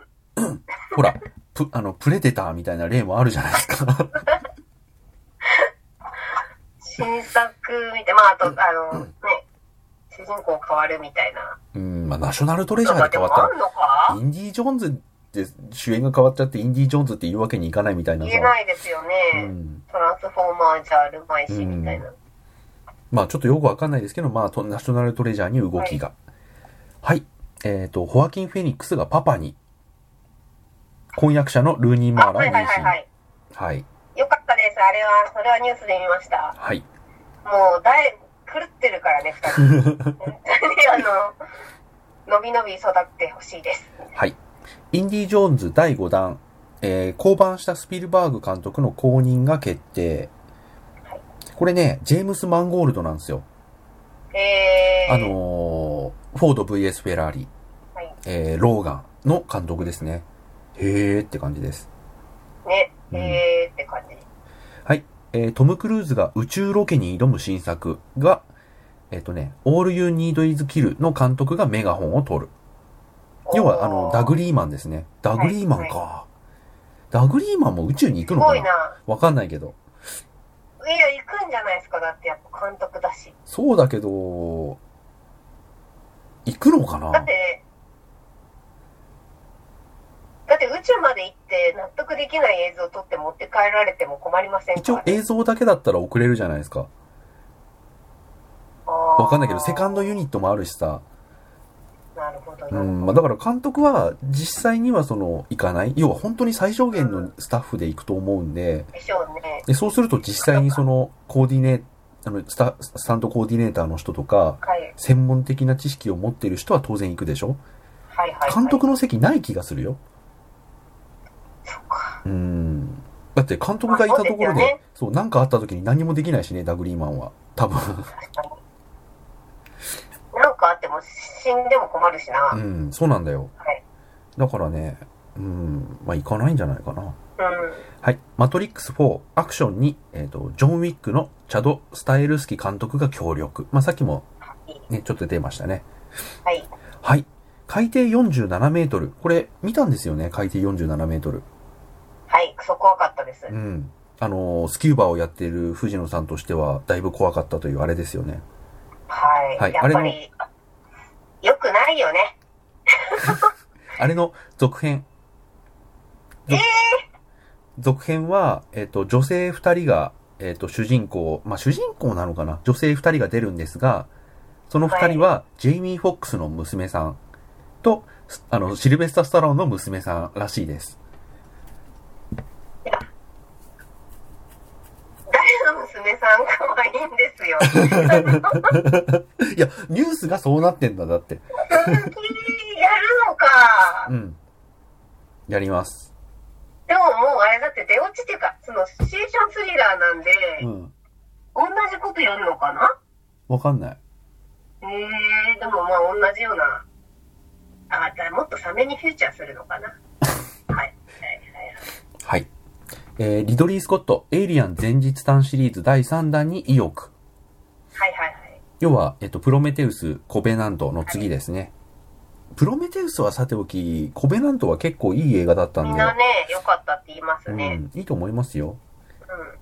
Speaker 1: ほら、プ、あの、プレデターみたいな例もあるじゃないですか。
Speaker 2: 新作みたいな、まああと、あの、ね、主人公変わるみたいな。
Speaker 1: うん、まあ、ナショナルトレジ
Speaker 2: と
Speaker 1: ャー
Speaker 2: か
Speaker 1: で
Speaker 2: で
Speaker 1: 変わっ
Speaker 2: もあ
Speaker 1: た、
Speaker 2: んのから
Speaker 1: インディ・ジョーンズって主演が変わっちゃって、インディ・ジョーンズって言うわけにいかないみたいな
Speaker 2: 言
Speaker 1: さ。
Speaker 2: えないですよね。
Speaker 1: うん。
Speaker 2: トランスフォーマーじゃあるまいし、みたいな。
Speaker 1: まあちょっとよくわかんないですけど、まあとナショナルトレジャーに動きが。はい。えっ、と、ホアキン・フェニックスがパパに。婚約者のルーニー・マ
Speaker 2: あ、
Speaker 1: ーラ
Speaker 2: は
Speaker 1: 妊娠。
Speaker 2: いはいはいはい。
Speaker 1: はい。
Speaker 2: よかったです。あれは、それはニュースで見ました。
Speaker 1: はい。
Speaker 2: もう、だい、狂ってるからね、二人。本当に、 あの、のびのび育ってほしいです。
Speaker 1: はい。インディ・ジョーンズ第5弾、えー、降板したスピルバーグ監督の後任が決定。これね、ジェームス・マンゴールドなんですよ。
Speaker 2: えー、
Speaker 1: あのーフォード VS フェラーリ、
Speaker 2: はい
Speaker 1: えー、ローガンの監督ですね。へーって感じです。
Speaker 2: ね、
Speaker 1: うん
Speaker 2: えーって感じ。
Speaker 1: はい。えートム・クルーズが宇宙ロケに挑む新作が、えっ、とね、All You Need Is Kill の監督がメガホンを取る。要は、あの、ダグリーマンですね。ダグリーマンか。ダグリーマンも宇宙に行く
Speaker 2: す
Speaker 1: のか
Speaker 2: ごい
Speaker 1: な
Speaker 2: な。
Speaker 1: わかんないけど。
Speaker 2: いや、行くんじゃないですか。だって、やっぱ監督だし。
Speaker 1: そうだけど、行くのかな
Speaker 2: だって、だって宇宙まで行って納得できない映像を撮って持って帰られても困りません
Speaker 1: 一
Speaker 2: か
Speaker 1: 応映像だけだったら送れるじゃないですか。わ
Speaker 2: わ
Speaker 1: かんないけど、セカンドユニットもあるしさ。
Speaker 2: なるほどね。
Speaker 1: うん、まあ、だから監督は実際にはその、行かない。要は本当に最小限のスタッフで行くと思うんで、
Speaker 2: でしょうね。
Speaker 1: で、そうすると実際にその、コーディネー、あの、スタ、スタンドコーディネーターの人とか、
Speaker 2: はい。
Speaker 1: 専門的な知識を持ってる人は当然行くでしょ
Speaker 2: はいはい、はい。
Speaker 1: 監督の席ない気がするよ。
Speaker 2: そっか。
Speaker 1: うん。だって監督がいたとこ
Speaker 2: ま
Speaker 1: ろで
Speaker 2: あそうですよね、
Speaker 1: そう、なんかあった時に何もできないしね、ダグリーマンは。多 分。
Speaker 2: なんかあっても死んでも困るしな。う。
Speaker 1: うんん、そうなんだよ
Speaker 2: はい。
Speaker 1: だからね、うん、まあ、行かないんじゃないかな。
Speaker 2: うん。
Speaker 1: はい。マトリックス4、アクションに、えっ、と、ジョン・ウィックのチャド・スタイルスキ監督が協力。まあ、さっきもね、ちょっと出ましたね。
Speaker 2: はい。
Speaker 1: はい。海底47メートル。これ、見たんですよね、海底47メートル。
Speaker 2: はい。そこ怖かったです。
Speaker 1: うん。あのースキューバをやっている藤野さんとしては、だいぶ怖かったというあれですよね。
Speaker 2: はい。
Speaker 1: はい
Speaker 2: やっ
Speaker 1: あ
Speaker 2: ぱ
Speaker 1: れの
Speaker 2: り、良くないよね。
Speaker 1: あれの続編。
Speaker 2: えー
Speaker 1: 続編は、えっ、と、女性二人が、えっ、と、主人公、まあ、主人公なのかな女性二人が出るんですが、その二人は、ジェイミー・フォックスの娘さんと、すあの、シルベスタ・スタローンの娘さんらしいです。
Speaker 2: 誰の娘さん可愛いんですよ。好 き
Speaker 1: いや、ニュースがそうなってんだ、だって。
Speaker 2: やるのか
Speaker 1: う。ん。やります。
Speaker 2: でももうあれだって出落ちっていうか、そのシチュエーションスリラーなんで、
Speaker 1: うん。
Speaker 2: 同じことやるのかな
Speaker 1: わかんない。
Speaker 2: えー、でもまあ同じような。あ、じゃあもっとサメにフューチャーするの かな。はい。はいはい
Speaker 1: はい。えー、リドリー・スコット、エイリアン前日譚シリーズ第3弾に意欲。
Speaker 2: はいはいはい。
Speaker 1: 要は、えっと、プロメテウス、コベナントの次ですね。プロメテウスはさておき、コベナントは結構いい映画だった
Speaker 2: み
Speaker 1: ん
Speaker 2: ん
Speaker 1: で
Speaker 2: な、ね、良かったって言います
Speaker 1: う
Speaker 2: ね。
Speaker 1: ん、いいと思いますよ。
Speaker 2: うん。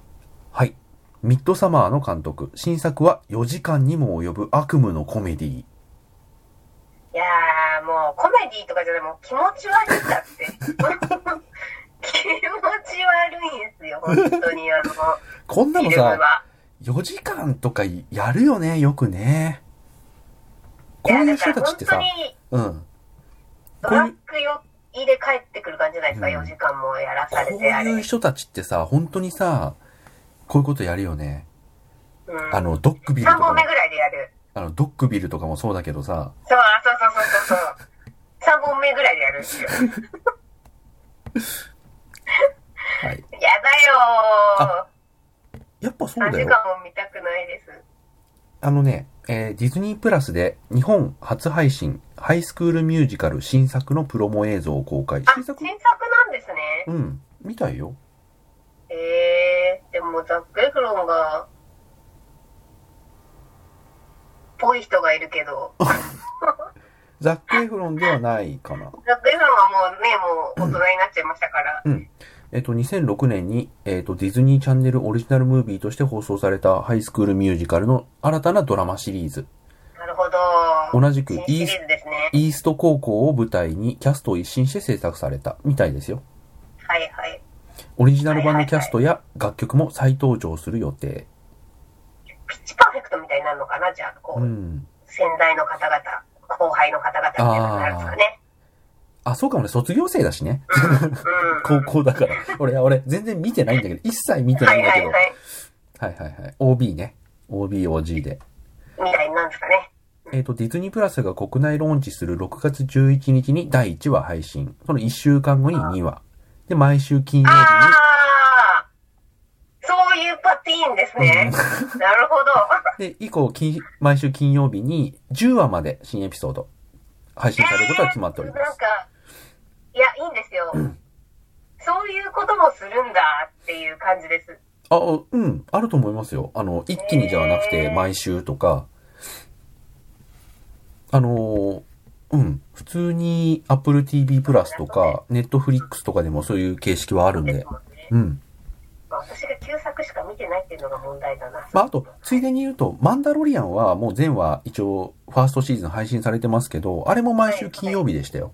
Speaker 1: はい。ミッドサマーの監督、新作は4時間にも及ぶ悪夢のコメディ
Speaker 2: いやー、もうコメディとかじゃない、もう気持ち悪いんだ って。気持ち悪いんですよ、本当に。あの、
Speaker 1: こんな
Speaker 2: フィ
Speaker 1: の
Speaker 2: ル
Speaker 1: さ、
Speaker 2: ムは。
Speaker 1: 4時間とかやるよね、よくね。
Speaker 2: い
Speaker 1: こう
Speaker 2: や、
Speaker 1: いう
Speaker 2: だか
Speaker 1: 人た
Speaker 2: ら
Speaker 1: ちっ
Speaker 2: 本
Speaker 1: て
Speaker 2: 当
Speaker 1: さ、
Speaker 2: に
Speaker 1: うん。
Speaker 2: ドラッグよ入れ帰ってくる感じじゃないですか、
Speaker 1: うん
Speaker 2: 4時間もやら
Speaker 1: こ
Speaker 2: され
Speaker 1: う
Speaker 2: て、あれ。
Speaker 1: いう人たちってさ、本当にさ、こういうことやるよね。
Speaker 2: うん、
Speaker 1: あの、ドックビルと
Speaker 2: 3
Speaker 1: かも
Speaker 2: 本目、ぐらいでやる。
Speaker 1: あの、ドックビルとかもそうだけどさ、
Speaker 2: そう、あそうそうそうそうそう。3本目ぐらいでやるんですよ。
Speaker 1: はい。
Speaker 2: や
Speaker 1: あ
Speaker 2: だ
Speaker 1: やっぱそう
Speaker 2: よー。3
Speaker 1: だ
Speaker 2: 時
Speaker 1: よ。
Speaker 2: 間も見たくないです。
Speaker 1: あのね、えーディズニープラスで日本初配信、ハイスクールミュージカル新作のプロモ映像を公開。
Speaker 2: あ、
Speaker 1: 新
Speaker 2: 新
Speaker 1: 作
Speaker 2: 作なんですね。
Speaker 1: うん。見たいよ。
Speaker 2: えー、でもザック・エフロンが、ぽい人がいるけど、
Speaker 1: ザック・エフロンではないかな。
Speaker 2: ザック・エフロンはもうね、もう大人になっちゃいましたから、
Speaker 1: えっと、2006年に、えっと、ディズニーチャンネルオリジナルムービーとして放送されたハイスクールミュージカルの新たなドラマシリーズ。
Speaker 2: なるほど。
Speaker 1: 同じく
Speaker 2: 新シ
Speaker 1: イ
Speaker 2: リ
Speaker 1: ース
Speaker 2: ーズですね。
Speaker 1: イースト高校を舞台にキャストを一新して制作されたみたいですよ。
Speaker 2: はいはい。
Speaker 1: オリジナル版のキャストや楽曲も再登場する予定。
Speaker 2: ピッチパーフェクトみたいになるのかな、じゃあ、こう、
Speaker 1: うん。
Speaker 2: 先代の方々、後輩の方々っていうのになるんですかね。
Speaker 1: あ、そうかもね、卒業生だしね。
Speaker 2: うん。
Speaker 1: 高校だから。俺、俺、全然見てないんだけど、一切見てな
Speaker 2: は
Speaker 1: ん
Speaker 2: いい
Speaker 1: だ
Speaker 2: は
Speaker 1: け
Speaker 2: い
Speaker 1: ど。
Speaker 2: は
Speaker 1: はい
Speaker 2: い。
Speaker 1: はいはい。OB ね。OB、OG で。
Speaker 2: みたいになるんですかね。
Speaker 1: えっ、と、ディズニープラスが国内ローンチする6月11日に第1話配信。その1週間後に2話。で、毎週金曜日に。
Speaker 2: あーそういうパティーンですね。なるほど。
Speaker 1: で、以降、金毎週金曜日に10話まで新エピソード配信されることは決まっておりま
Speaker 2: えーなん
Speaker 1: す。
Speaker 2: か、いや、いいんですよ。そういうこともするんだっていう感じです。
Speaker 1: あ、うん、あると思いますよ。あの、一気にじゃなくて、
Speaker 2: えー
Speaker 1: 毎週とか。あのー、うん、普通に Apple TV プラスとか、Netflix とかでもそういう形式はあるん
Speaker 2: です
Speaker 1: で。
Speaker 2: もんね。
Speaker 1: うん。
Speaker 2: まあ私が旧作しか見てないっていうのが問題だな。
Speaker 1: まあ、あと、ついでに言うと、マンダロリアンはもう全話一応、ファーストシーズン配信されてますけど、あれも毎週金曜日でしたよ。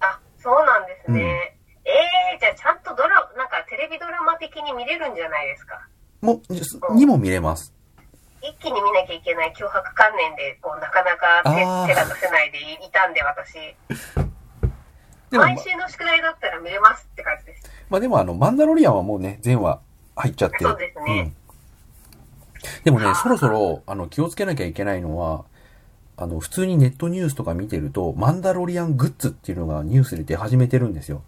Speaker 2: あ、そうなんですね。ええー、じゃあちゃんとドラ、なんかテレビドラマ的に見れるんじゃないですか。
Speaker 1: もう、にも見れます。
Speaker 2: 一気に見なきゃいけない脅迫観念で、こう、なかなか
Speaker 1: あー
Speaker 2: 手手が出せないでいいたんで、私。
Speaker 1: でも、ま
Speaker 2: 毎週の宿題だったら見れますって感じです。
Speaker 1: まあでもあの、マンダロリアンはもうね、全話入っちゃってる。
Speaker 2: そうですね
Speaker 1: うん。でもね、そろそろ、あの、気をつけなきゃいけないのは、あの、普通にネットニュースとか見てると、マンダロリアングッズっていうのがニュースで出始めてるんですよ。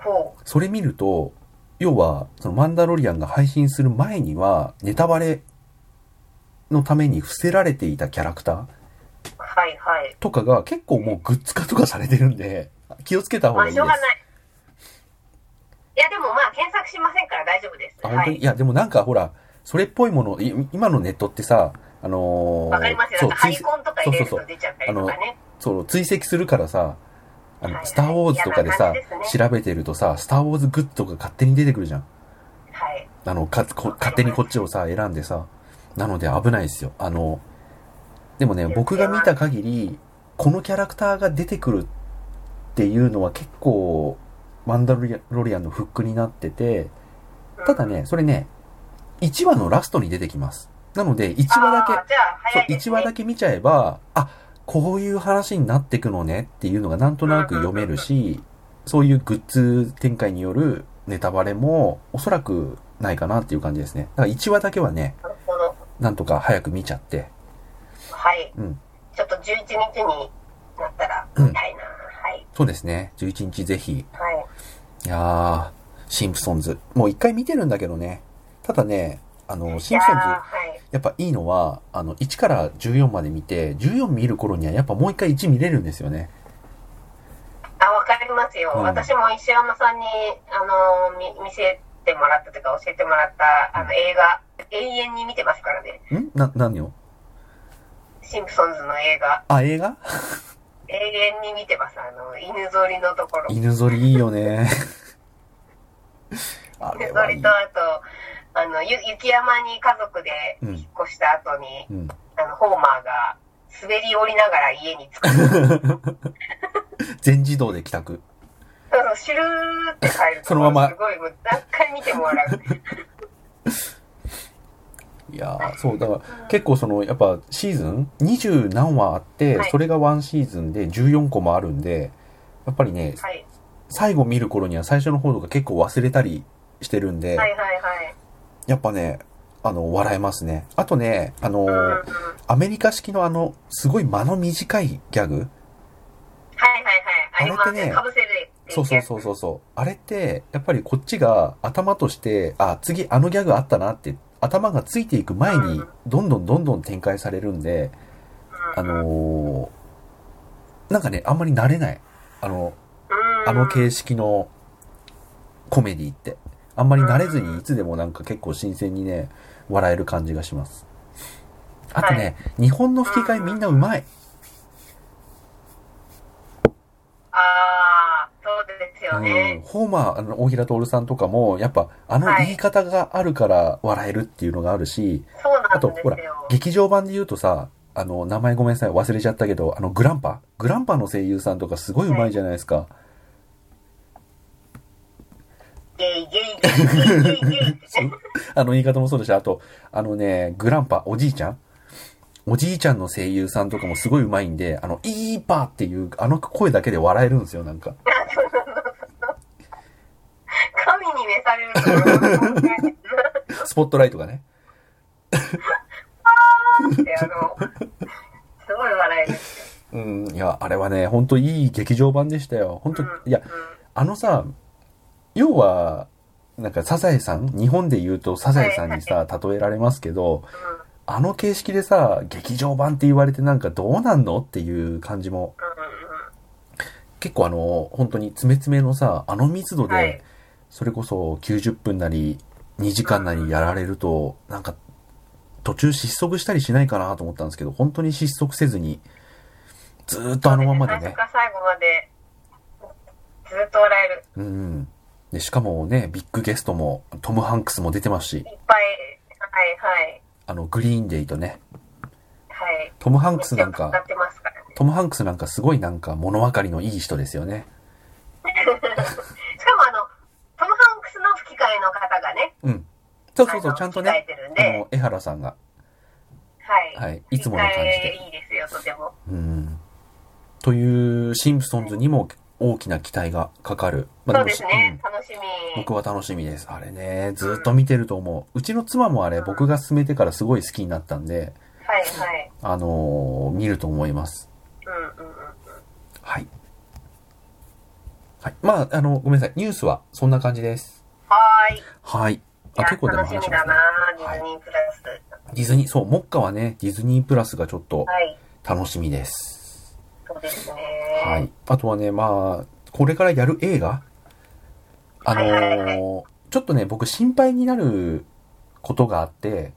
Speaker 2: へほ
Speaker 1: それ見ると、要は、そのマンダロリアンが配信する前には、ネタバレのために伏せられていたキャラクター
Speaker 2: う。はいはい。
Speaker 1: とかが結構もうグッズ化とかされてるんで、気をつけた方
Speaker 2: ま
Speaker 1: がい
Speaker 2: あ、
Speaker 1: い
Speaker 2: し
Speaker 1: で
Speaker 2: ょ
Speaker 1: す
Speaker 2: う。がない。いや、でもまあ、検索しませんから大丈夫です。
Speaker 1: あ、本
Speaker 2: は
Speaker 1: 当に
Speaker 2: い。
Speaker 1: いや、でもなんかほら、それっぽいもの、い今のネットってさ、あのー
Speaker 2: わかりますよ。
Speaker 1: そ
Speaker 2: な
Speaker 1: う
Speaker 2: んか、ハ
Speaker 1: 追
Speaker 2: リ
Speaker 1: 跡
Speaker 2: コンとか入れる
Speaker 1: そうそうそう
Speaker 2: と出ちゃったりとかね。
Speaker 1: そう、追跡するからさ、あ
Speaker 2: はいは
Speaker 1: の、
Speaker 2: い
Speaker 1: スターウォーズとかで
Speaker 2: いや
Speaker 1: さ、
Speaker 2: まあ感じです
Speaker 1: 調べてるとさ、スターウォーズグッズとか勝手に出てくるじゃん。
Speaker 2: はい。
Speaker 1: あの、か、こ勝手にこっちをさ、選んでさ、なので危ないですよ。あの、でもね、僕が見た限り、このキャラクターが出てくるっていうのは結構、マンダロリアンのフックになってて、
Speaker 2: うん
Speaker 1: ただ、ね、それね、1話のラストに出てきます。なので、1話だけ
Speaker 2: あー、じゃあ、
Speaker 1: そ
Speaker 2: 早
Speaker 1: う
Speaker 2: い、です、
Speaker 1: 1
Speaker 2: ね。
Speaker 1: 話だけ見ちゃえば、あ、こういう話になってくのねっていうのがなんとなく読めるし、そういうグッズ展開によるネタバレもおそらくないかなっていう感じですね。だから1話だけはね、
Speaker 2: なるほど。
Speaker 1: なんとか早く見ちゃって。
Speaker 2: はい。
Speaker 1: うん
Speaker 2: ちょっと11日になったら、みたいな。はい。
Speaker 1: そうですね。11日ぜひ。
Speaker 2: はい。
Speaker 1: いやー、シンプソンズ。もう一回見てるんだけどね。ただね、あの、シンプソンズ、
Speaker 2: いやーはい。
Speaker 1: やっぱいいのは、あの、1から14まで見て、14見る頃にはやっぱもう一回1見れるんですよね。
Speaker 2: あ、わかりますよ。
Speaker 1: うん
Speaker 2: 私も石山さんに、あのーみ見せてもらったというか、教えてもらった、あ
Speaker 1: うん
Speaker 2: の、映画、永遠に見てますからね。
Speaker 1: んな、何を
Speaker 2: シンプソンズの映画、
Speaker 1: あ、映画
Speaker 2: 永遠に見てます。あの、犬ぞりのところ。犬
Speaker 1: 犬ぞりいいよ ね。あれ
Speaker 2: ぞ
Speaker 1: はい
Speaker 2: り
Speaker 1: い
Speaker 2: と、。あと、あの、ゆ雪山に家族で
Speaker 1: うん
Speaker 2: 引っ越した後に、
Speaker 1: うん。
Speaker 2: あの、ホーマーが滑り降りながら家に着く。
Speaker 1: 全自動で帰宅。
Speaker 2: そうそう、シュルーって帰る。
Speaker 1: そのまます
Speaker 2: ごい、もう何回見ても笑う。
Speaker 1: いやー、そう、だから結構その、やっぱシーズン20何話あって、
Speaker 2: はい
Speaker 1: それが1シーズンで14個もあるんで、やっぱりね、
Speaker 2: はい。
Speaker 1: 最後見る頃には最初の方とか結構忘れたりしてるんで、
Speaker 2: はいはいはい。
Speaker 1: やっぱね、あの、笑えますね。あとね、あのー、
Speaker 2: うんうん。はい
Speaker 1: アメリカ式のあの、すごい間の短いギャグ、
Speaker 2: はいはい。あります
Speaker 1: あれって
Speaker 2: ね。
Speaker 1: ね
Speaker 2: かぶせるっていやつ
Speaker 1: そうそうそうそうそう。あれって、やっぱりこっちが頭として、あ、次あのギャグあったなって、頭がついていく前に
Speaker 2: うん、
Speaker 1: どんどんどんどん展開されるんで、
Speaker 2: う
Speaker 1: あ
Speaker 2: ん
Speaker 1: のーなんかね、あんまり慣れない。あの、
Speaker 2: うん
Speaker 1: あの形式のコメディって。あんまり慣れずにいつでもなんか結構新鮮にね、笑える感じがします。あとね、日本の吹き替えみんなうまい。
Speaker 2: ああ、そうですよ
Speaker 1: うん、
Speaker 2: ね。
Speaker 1: ホーマー、あの、大平徹さんとかも、やっぱ、あの
Speaker 2: はい
Speaker 1: 言い方があるから笑えるっていうのがあるし、
Speaker 2: そうな
Speaker 1: あ
Speaker 2: んで
Speaker 1: と、
Speaker 2: す
Speaker 1: ほら
Speaker 2: よ、。
Speaker 1: 劇場版で言うとさ、あの、名前ごめんなさい、忘れちゃったけど、あの、グランパグランパの声優さんとかすごい上手いじゃないですか。
Speaker 2: ゲイゲイゲイゲイゲイゲイって。
Speaker 1: あの言い方もそうだし、あと、あのね、グランパ、おじいちゃんおじいちゃんの声優さんとかもすごい上手いんで、あの、イーパーっていう、あの声だけで笑えるんですよ、なんか。
Speaker 2: 神に召されると思って
Speaker 1: スポットライトがね。
Speaker 2: あの、すごい笑える。
Speaker 1: うん、いや、あれはね、ほんといい劇場版でしたよ。ほんと、いや、
Speaker 2: う
Speaker 1: あのさ、要は、なんか、サザエさん日本で言うとサザエさんにさ、例えられますけど、
Speaker 2: んうん
Speaker 1: あの形式でさ、劇場版って言われてなんかどうなんのっていう感じも、結構あの、本当に詰め詰めのさ、あの密度
Speaker 2: はい
Speaker 1: で、それこそ90分なり、2時間なりやられると、なんか、途中失速したりしないかなと思ったんですけど、本当に失速せずに、ずーっとあのままで
Speaker 2: 最初
Speaker 1: ね
Speaker 2: か。ら最後まで、ずっと笑える。
Speaker 1: うん。で、しかもね、ビッグゲストも、トム・ハンクスも出てますし、
Speaker 2: いっぱい、はいはい。
Speaker 1: あの、グリーンデイとね、
Speaker 2: はい。
Speaker 1: トム・ハンクスなん
Speaker 2: めっちゃ使
Speaker 1: か
Speaker 2: っ、てますからね。
Speaker 1: トム・ハンクスなんかすごいなんか物分かりのいい人ですよね。
Speaker 2: しかもあの、トム・ハンクスの吹き替えの方がね、
Speaker 1: うん。そうそうそう、ちゃんと
Speaker 2: あの
Speaker 1: ね
Speaker 2: 吹き替えてるん、
Speaker 1: あ
Speaker 2: で
Speaker 1: の、江原さんが。
Speaker 2: はい。
Speaker 1: はいいつもの感じで
Speaker 2: 吹き替えいいですよ、とても。
Speaker 1: うん。という、シンプソンズにも大きな期待がかかる。まあ
Speaker 2: そうですね。
Speaker 1: も
Speaker 2: 楽しみ。
Speaker 1: うん僕は楽しみです。あれね、ずっと見てると思う。うちの妻もあれ、僕が勧めてからすごい好きになったんで、
Speaker 2: はいはい。
Speaker 1: あのー見ると思います。
Speaker 2: うんうんうん。
Speaker 1: はい。はい。まあ、あの、ごめんなさい。ニュースはそんな感じです。
Speaker 2: はーい。
Speaker 1: はい。
Speaker 2: い
Speaker 1: あ、
Speaker 2: や
Speaker 1: 結構でも
Speaker 2: 楽し
Speaker 1: 話し
Speaker 2: み
Speaker 1: ま
Speaker 2: だ
Speaker 1: すね
Speaker 2: な。デ
Speaker 1: は
Speaker 2: ィ
Speaker 1: い
Speaker 2: ズニープラス。
Speaker 1: ディズニー、そう、目下はね、ディズニープラスがちょっと
Speaker 2: はい。
Speaker 1: 楽しみです。
Speaker 2: そうですね。
Speaker 1: はい。あとはね、まあ、これからやる映画あのー
Speaker 2: はいはいはい
Speaker 1: ちょっとね、僕心配になることがあって、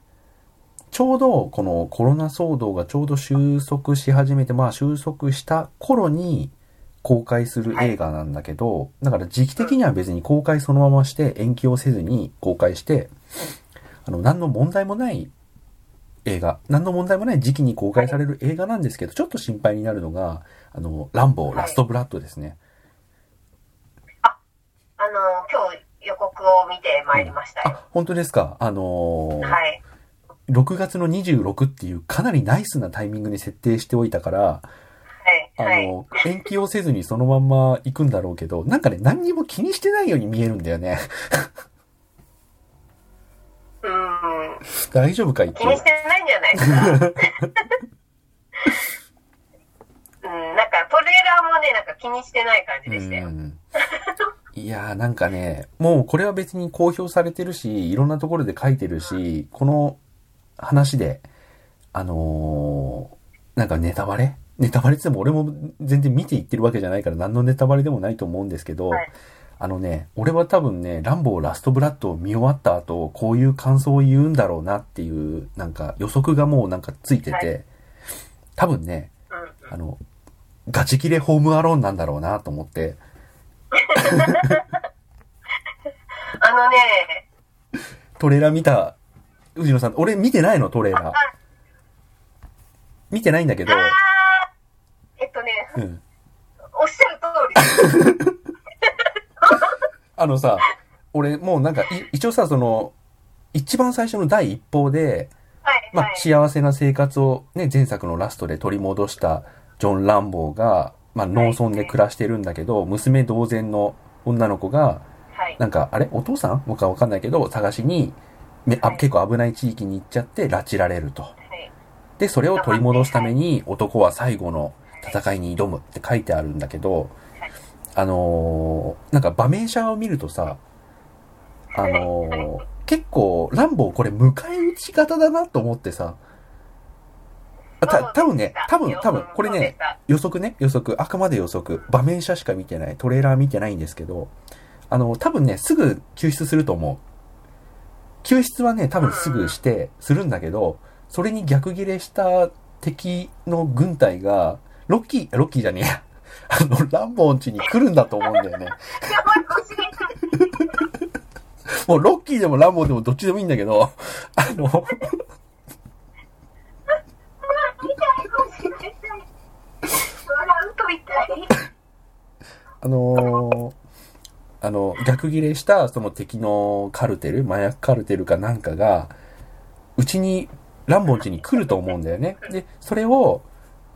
Speaker 1: ちょうどこのコロナ騒動がちょうど収束し始めて、まあ収束した頃に公開する映画なんだけど、だから時期的には別に公開そのままして延期をせずに公開して、あの、何の問題もない映画、何の問題もない時期に公開される映画なんですけど、ちょっと心配になるのが、あの、ランボー、ラストブラッドですね。
Speaker 2: あの、今日予告を見てまいりましたよ。
Speaker 1: あ、本当ですかあのー
Speaker 2: はい。
Speaker 1: 6月の26っていうかなりナイスなタイミングに設定しておいたから、あ
Speaker 2: はい。はい。
Speaker 1: の、延期をせずにそのまんま行くんだろうけど、なんかね、何にも気にしてないように見えるんだよね。
Speaker 2: うーん。
Speaker 1: 大丈夫かいって
Speaker 2: 気にしてないんじゃないですか。 うん、なんかトレーラーもね、なんか気にしてない感じでしたよ。
Speaker 1: うん。いやーなんかね、もうこれは別に公表されてるし、いろんなところで書いてるし、この話で、あのーなんかネタバレネタバレって言っても俺も全然見ていってるわけじゃないから何のネタバレでもないと思うんですけど、
Speaker 2: はい
Speaker 1: あのね、俺は多分ね、ランボーラストブラッドを見終わった後、こういう感想を言うんだろうなっていう、なんか予測がもうなんかついてて、
Speaker 2: は
Speaker 1: 多分ね、
Speaker 2: うんうん。
Speaker 1: あの、ガチ切れホームアローンなんだろうなと思って、
Speaker 2: あのね、
Speaker 1: トレーラー見た、藤野さん、俺見てないの、トレーラー。見てないんだけど
Speaker 2: あ、あーえっとね、
Speaker 1: うん。
Speaker 2: おっしゃる通りです。
Speaker 1: あのさ、俺もうなんか、い一応さ、その、一番最初の第一報で、
Speaker 2: はい、
Speaker 1: ま
Speaker 2: は
Speaker 1: あ、
Speaker 2: い。
Speaker 1: 幸せな生活をね、前作のラストで取り戻したジョン・ランボーが、まあ、農村で暮らしてるんだけど、娘同然の女の子が、
Speaker 2: はい。
Speaker 1: なんか、あれお父さん僕はわかんないけど、探しに、めあ
Speaker 2: はい
Speaker 1: 結構危ない地域に行っちゃって、拉致られると。
Speaker 2: はい。
Speaker 1: で、それを取り戻すために男は最後の戦いに挑むって書いてあるんだけど
Speaker 2: はい、
Speaker 1: あのーなんか場面写を見るとさ、あの
Speaker 2: はい
Speaker 1: ー結構、ランボーこれ迎え撃ち方だなと思ってさ、あた、多分ね、多分、多分、これね、、予測ね、予測、あくまで予測、場面写しか見てない、トレーラー見てないんですけど、あの、多分ね、すぐ救出すると思う。救出はね、多分すぐして、するんだけど、それに逆ギレした敵の軍隊が、ロッキー、ロッキーじゃねえや、 あの、ランボーン家に来るんだと思うんだよね。
Speaker 2: いや、もう腰痛い
Speaker 1: もうロッキーでもランボーでもどっちでもいいんだけど、あの、
Speaker 2: 痛い、腰が痛い。笑うと痛い。
Speaker 1: あのーあの、逆ギレした、その敵のカルテル、麻薬カルテルかなんかが、うちに、ランボン家に来ると思うんだよね。で、それを、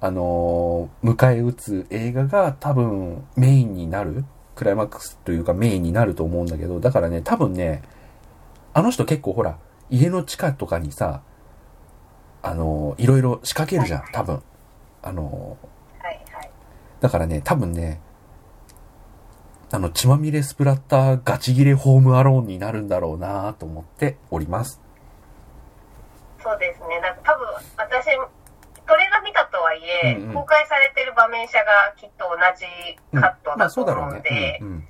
Speaker 1: あのー迎え撃つ映画が多分メインになる、クライマックスというかメインになると思うんだけど、だからね、多分ね、あの人結構ほら、家の地下とかにさ、あのーいろいろ仕掛けるじゃん、多分。あのー
Speaker 2: はい、はい。
Speaker 1: だからね、多分ね、あの、血まみれスプラッターガチギレホームアローンになるんだろうなと思っております。
Speaker 2: そうですね。なんか多分、私、トレーラー見たとはいえ、
Speaker 1: うんうん
Speaker 2: 公開されてる場面写がきっと同じ
Speaker 1: うん、
Speaker 2: カット
Speaker 1: ま
Speaker 2: だ
Speaker 1: あ
Speaker 2: と
Speaker 1: そうだろ
Speaker 2: 思
Speaker 1: う
Speaker 2: うの
Speaker 1: ね
Speaker 2: で。
Speaker 1: う、ん、うん。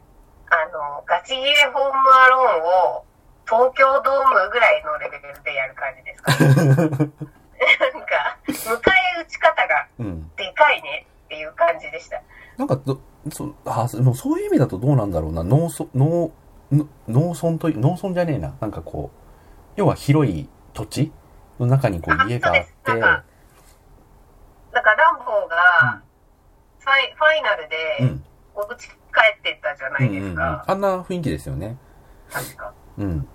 Speaker 2: あの、ガチギレホームアローンを東京ドームぐらいのレベルでやる感じですか、ね、 なんか、迎え撃ち方が
Speaker 1: うん。
Speaker 2: でかいねっていう感じでした。
Speaker 1: なんかど、そう、あ、そもうそういう意味だとどうなんだろうな。農村、農、の農村という、農村じゃねえな。なんかこう、要は広い土地の中にこ
Speaker 2: あ
Speaker 1: う家があっ
Speaker 2: そうですなんかだからランボーがファイ、ファイナル
Speaker 1: て、う
Speaker 2: で
Speaker 1: ん。
Speaker 2: お家帰ってったじゃな
Speaker 1: うん
Speaker 2: いうで
Speaker 1: んう
Speaker 2: す
Speaker 1: ん。
Speaker 2: か。
Speaker 1: あんな雰囲気ですよね。
Speaker 2: 確か
Speaker 1: うん。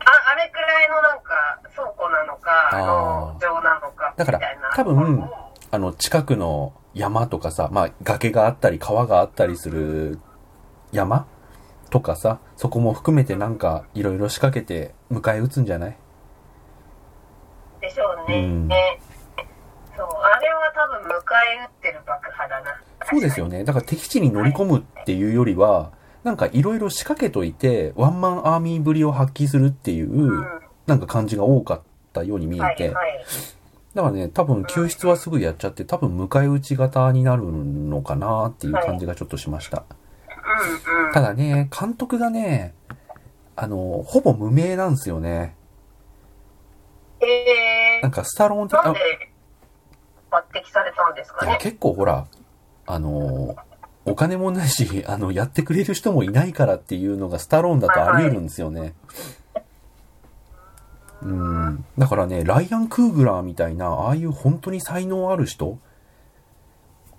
Speaker 2: ああれくらいのなんか倉庫なのか、
Speaker 1: あー
Speaker 2: 農場なのか
Speaker 1: だ
Speaker 2: み
Speaker 1: か
Speaker 2: たいな
Speaker 1: ら。多分
Speaker 2: は
Speaker 1: あの、近くの山とかさ、まあ、崖があったり、川があったりする山とかさ、そこも含めてなんか、いろいろ仕掛けて迎え撃つんじゃない
Speaker 2: いでしょうね。
Speaker 1: うん
Speaker 2: ねそう、あれは多分迎え撃ってる爆破だな。
Speaker 1: そうですよね。だから敵地に乗り込むっていうよりは、なんかいろいろ仕掛けといて、ワンマンアーミーぶりを発揮するっていうう、
Speaker 2: ん。
Speaker 1: なんか感じが多かったように見
Speaker 2: は
Speaker 1: え
Speaker 2: い
Speaker 1: て。
Speaker 2: はい。
Speaker 1: だからね、多分救出はすぐやっちゃって、多分迎え撃ち型になるのかなっていう感じがちょっとしました。
Speaker 2: うんうん。
Speaker 1: ただね、監督がね、あの、ほぼ無名なんですよね。
Speaker 2: え
Speaker 1: なんかスタローン
Speaker 2: ー、
Speaker 1: 的、
Speaker 2: な
Speaker 1: あ
Speaker 2: んで、抜擢されたんですか
Speaker 1: いや、
Speaker 2: ね。
Speaker 1: 結構ほら、あの、お金もないし、あの、やってくれる人もいないからっていうのがスタローンだとあり得るんですよね。うん。だからね、ライアン・クーグラーみたいな、ああいう本当に才能ある人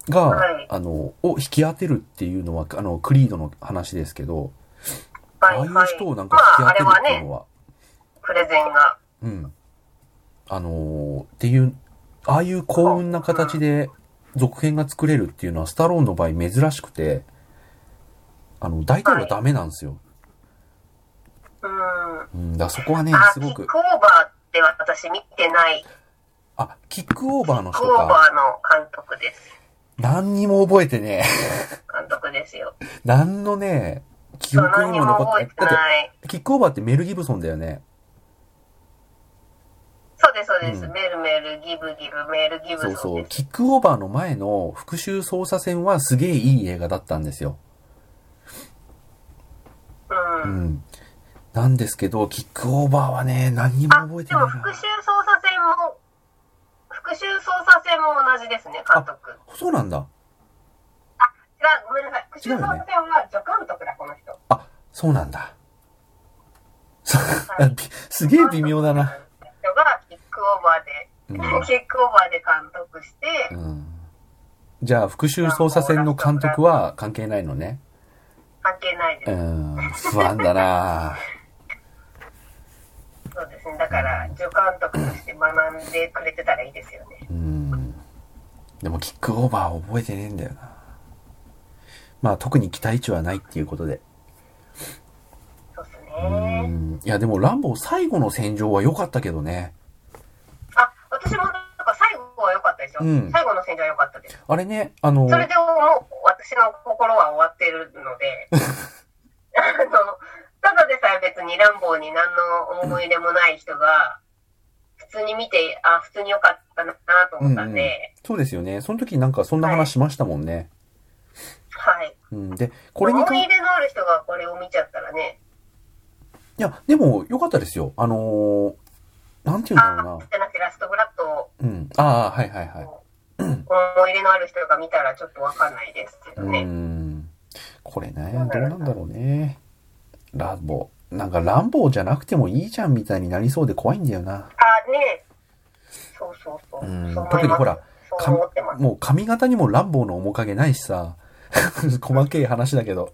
Speaker 1: が、
Speaker 2: はい
Speaker 1: あの、を引き当てるっていうのは、あの、クリードの話ですけど、あ
Speaker 2: は
Speaker 1: あ
Speaker 2: い
Speaker 1: いう
Speaker 2: はい。
Speaker 1: 人をなん
Speaker 2: ま
Speaker 1: か引
Speaker 2: あ、あ
Speaker 1: き
Speaker 2: れ
Speaker 1: 当てるっ
Speaker 2: は
Speaker 1: ていう
Speaker 2: ね
Speaker 1: の、は、
Speaker 2: プレゼンが。
Speaker 1: うん。あのーっていう、ああいう幸運な形で続編が作れるっていうのは、スタローンの場合珍しくて、あの、大体はダメなんですよ。
Speaker 2: うん。
Speaker 1: うん、だからそこはね、
Speaker 2: あ、
Speaker 1: す
Speaker 2: キ
Speaker 1: ご
Speaker 2: ックオ
Speaker 1: く
Speaker 2: ー、バーって私見てない、キ
Speaker 1: あ、キックオーバーの
Speaker 2: ック
Speaker 1: 人
Speaker 2: オー
Speaker 1: か、
Speaker 2: バーの監督です。
Speaker 1: 何にも覚えてね、
Speaker 2: 監督ですよ。
Speaker 1: 何のね、記
Speaker 2: そう、
Speaker 1: 憶に
Speaker 2: 何に
Speaker 1: も
Speaker 2: も
Speaker 1: 残っ
Speaker 2: 覚
Speaker 1: て
Speaker 2: え
Speaker 1: な
Speaker 2: て
Speaker 1: い。だっ
Speaker 2: ない。
Speaker 1: て、キックオーバーってメル・ギブソンだよね。
Speaker 2: そうです、そうです。
Speaker 1: うん
Speaker 2: メルメル、ギブギブ、メルギブ
Speaker 1: そう
Speaker 2: ソン
Speaker 1: そう、
Speaker 2: です。
Speaker 1: キックオーバーの前の復讐捜査線はすげえいい映画だったんですよ。う
Speaker 2: う。
Speaker 1: んん。なんですけど、キックオーバーはね、何にも
Speaker 2: あ、
Speaker 1: 覚えて
Speaker 2: で
Speaker 1: ない
Speaker 2: も
Speaker 1: な。
Speaker 2: 復讐捜査線も、復讐捜査線も同じですね、監督。
Speaker 1: そうなんだ。
Speaker 2: 違う、ごめんなさい。復讐捜査線は助監督だ、この人。
Speaker 1: あ、そうなんだ。そう
Speaker 2: は
Speaker 1: あ
Speaker 2: い
Speaker 1: び すげえ微妙だな。。
Speaker 2: 人がキックオーバーで、
Speaker 1: うん
Speaker 2: キックオーバーで監督して、
Speaker 1: うん。じゃあ、復讐捜査線の監督は関係ないのね。
Speaker 2: 関係ないで
Speaker 1: う
Speaker 2: す。
Speaker 1: ん。不安だな
Speaker 2: そうですね。だから、助監督として学んでくれてたらいいですよね。
Speaker 1: うん。でも、キックオーバー覚えてねえんだよな。まあ、特に期待値はないっていうことで。
Speaker 2: そうです
Speaker 1: う
Speaker 2: ね。
Speaker 1: ん。いや、でも、ランボー最後の戦場は良かったけどね。
Speaker 2: あ、私もなんか最後は良かったでし
Speaker 1: う
Speaker 2: ょ。
Speaker 1: ん
Speaker 2: 最後の戦場は良かったです。
Speaker 1: あれね、あの、
Speaker 2: それでもう私の心は終わってるの で、あの、ただでさえ別にランボーに何の思い入れもない人が、普通に見て、あ、普通に良かったなと思ったんで、
Speaker 1: うんそうですよね。その時なんかそんな話しましたもんね。
Speaker 2: はい。
Speaker 1: うん。で、これに
Speaker 2: 思
Speaker 1: 関
Speaker 2: い入れのある人がこれを見ちゃったらね、
Speaker 1: いや、でも、良かったですよ。あのー、なんて言うんだ
Speaker 2: あ
Speaker 1: ろ、
Speaker 2: じゃなくてラストブラッドを
Speaker 1: うな。うん。ああ、はいはいはい。
Speaker 2: 思い入れのある人が見たらちょっとわかんないですけ
Speaker 1: う
Speaker 2: どね。
Speaker 1: ーん。これね、どうなんだろうね。ランボー。なんか、ランボーじゃなくてもいいじゃんみたいになりそうで怖いんだよな。
Speaker 2: あ、ねそうそうそう。
Speaker 1: うん
Speaker 2: そう思います
Speaker 1: 特にほら、
Speaker 2: そう思ってます。
Speaker 1: もう髪型にもランボーの面影ないしさ。 細けい話だけど。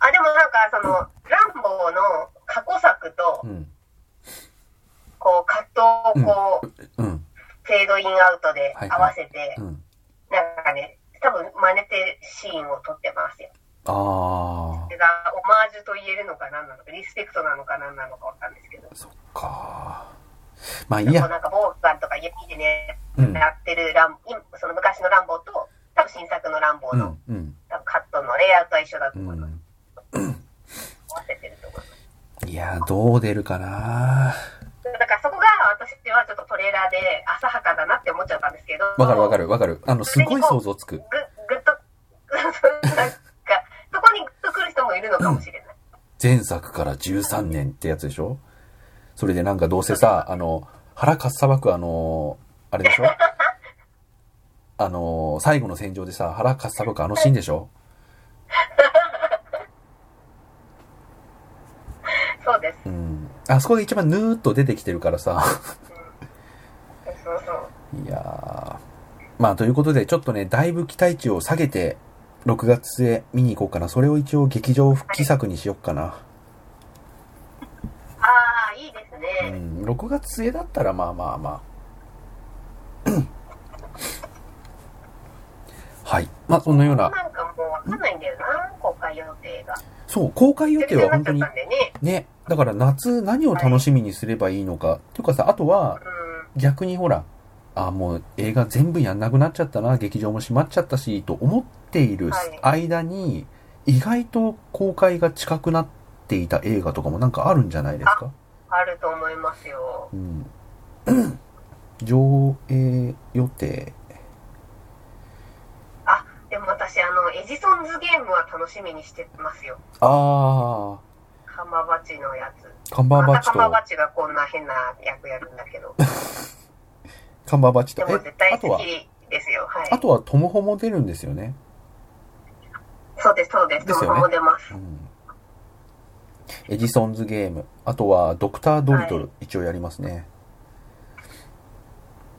Speaker 2: あ、でもなんかその、ランボーの過去作と
Speaker 1: う、ん。
Speaker 2: こう、カットをこう、
Speaker 1: うん。
Speaker 2: フェードインアウトで
Speaker 1: はいはい
Speaker 2: 合わせて
Speaker 1: う、ん。
Speaker 2: なんかね、多分真似てシーンを撮ってますよ。
Speaker 1: あ
Speaker 2: それがオマージュと言えるのか何なのか、リスペクトなのか何なのかわかんないですけど。
Speaker 1: ー、そっかー。まあいい
Speaker 2: こう
Speaker 1: や。
Speaker 2: なんかボーガンとか弓でね、
Speaker 1: うん。
Speaker 2: やってるラン、今その昔のランボーと、多分新作のランボー
Speaker 1: う
Speaker 2: の
Speaker 1: ん。うん。
Speaker 2: 多分カットのレイアウトは一緒だと
Speaker 1: う
Speaker 2: 思います。
Speaker 1: ん。
Speaker 2: 合わせてると思います。
Speaker 1: いや、どう出るかな
Speaker 2: だからそこが私はちょっとトレーラーで浅はかだなって思っちゃったんですけど。
Speaker 1: わかるわかるわかる。あの、すごい想像つく。
Speaker 2: ぐ、ぐっと、 なんか、そこにぐっと来る人もいるのかもしれない。
Speaker 1: 前作から13年ってやつでしょそれでなんかどうせさ、あの、腹かっさばくあの、あれでしょあの、最後の戦場でさ、腹かっさばくあのシーンでしょ
Speaker 2: そうです。
Speaker 1: うん。あそこが一番ヌーッと出てきてるからさ。
Speaker 2: そうそう。
Speaker 1: いやー。まあ、ということで、ちょっとね、だいぶ期待値を下げて、6月末見に行こうかな。それを一応劇場復帰作にしよっかな。
Speaker 2: ああ、いいです
Speaker 1: う
Speaker 2: ね。
Speaker 1: ん、6月末だったらまあまあまあ。 はい。まあ、そのような。
Speaker 2: なんかもうわかんないんだよな、公開予定が。
Speaker 1: そう、公開予定は本当
Speaker 2: に
Speaker 1: に
Speaker 2: なっちゃったんでね。
Speaker 1: ね。だから夏何を楽しみにすればいいのか。っていうかさ、あとは
Speaker 2: うん。
Speaker 1: 逆にほら、あもう映画全部やんなくなっちゃったな劇場も閉まっちゃったしと思っている間に、意外と公開が近くなっていた映画とかもなんかあるんじゃないですか、
Speaker 2: あると思いますよ。
Speaker 1: うん、 上映予定
Speaker 2: でも私、あの、エジソンズゲームは楽しみにしてますよ。
Speaker 1: あ
Speaker 2: カマバチのやつ。
Speaker 1: あカンバーバ
Speaker 2: ま
Speaker 1: ッ
Speaker 2: た
Speaker 1: チ
Speaker 2: カマバ
Speaker 1: と
Speaker 2: チがこんな変な役やるんだけど。
Speaker 1: カンバーバッチ
Speaker 2: で
Speaker 1: と
Speaker 2: も絶対
Speaker 1: えあと
Speaker 2: 好
Speaker 1: は
Speaker 2: きですよ。はい。
Speaker 1: あとはトム・ホも出るんですよね、
Speaker 2: そうです、そうです。
Speaker 1: ですよね
Speaker 2: トムホも出ます
Speaker 1: う。ん、エジソンズゲームあとはドクター・ドリトル、一応やりますね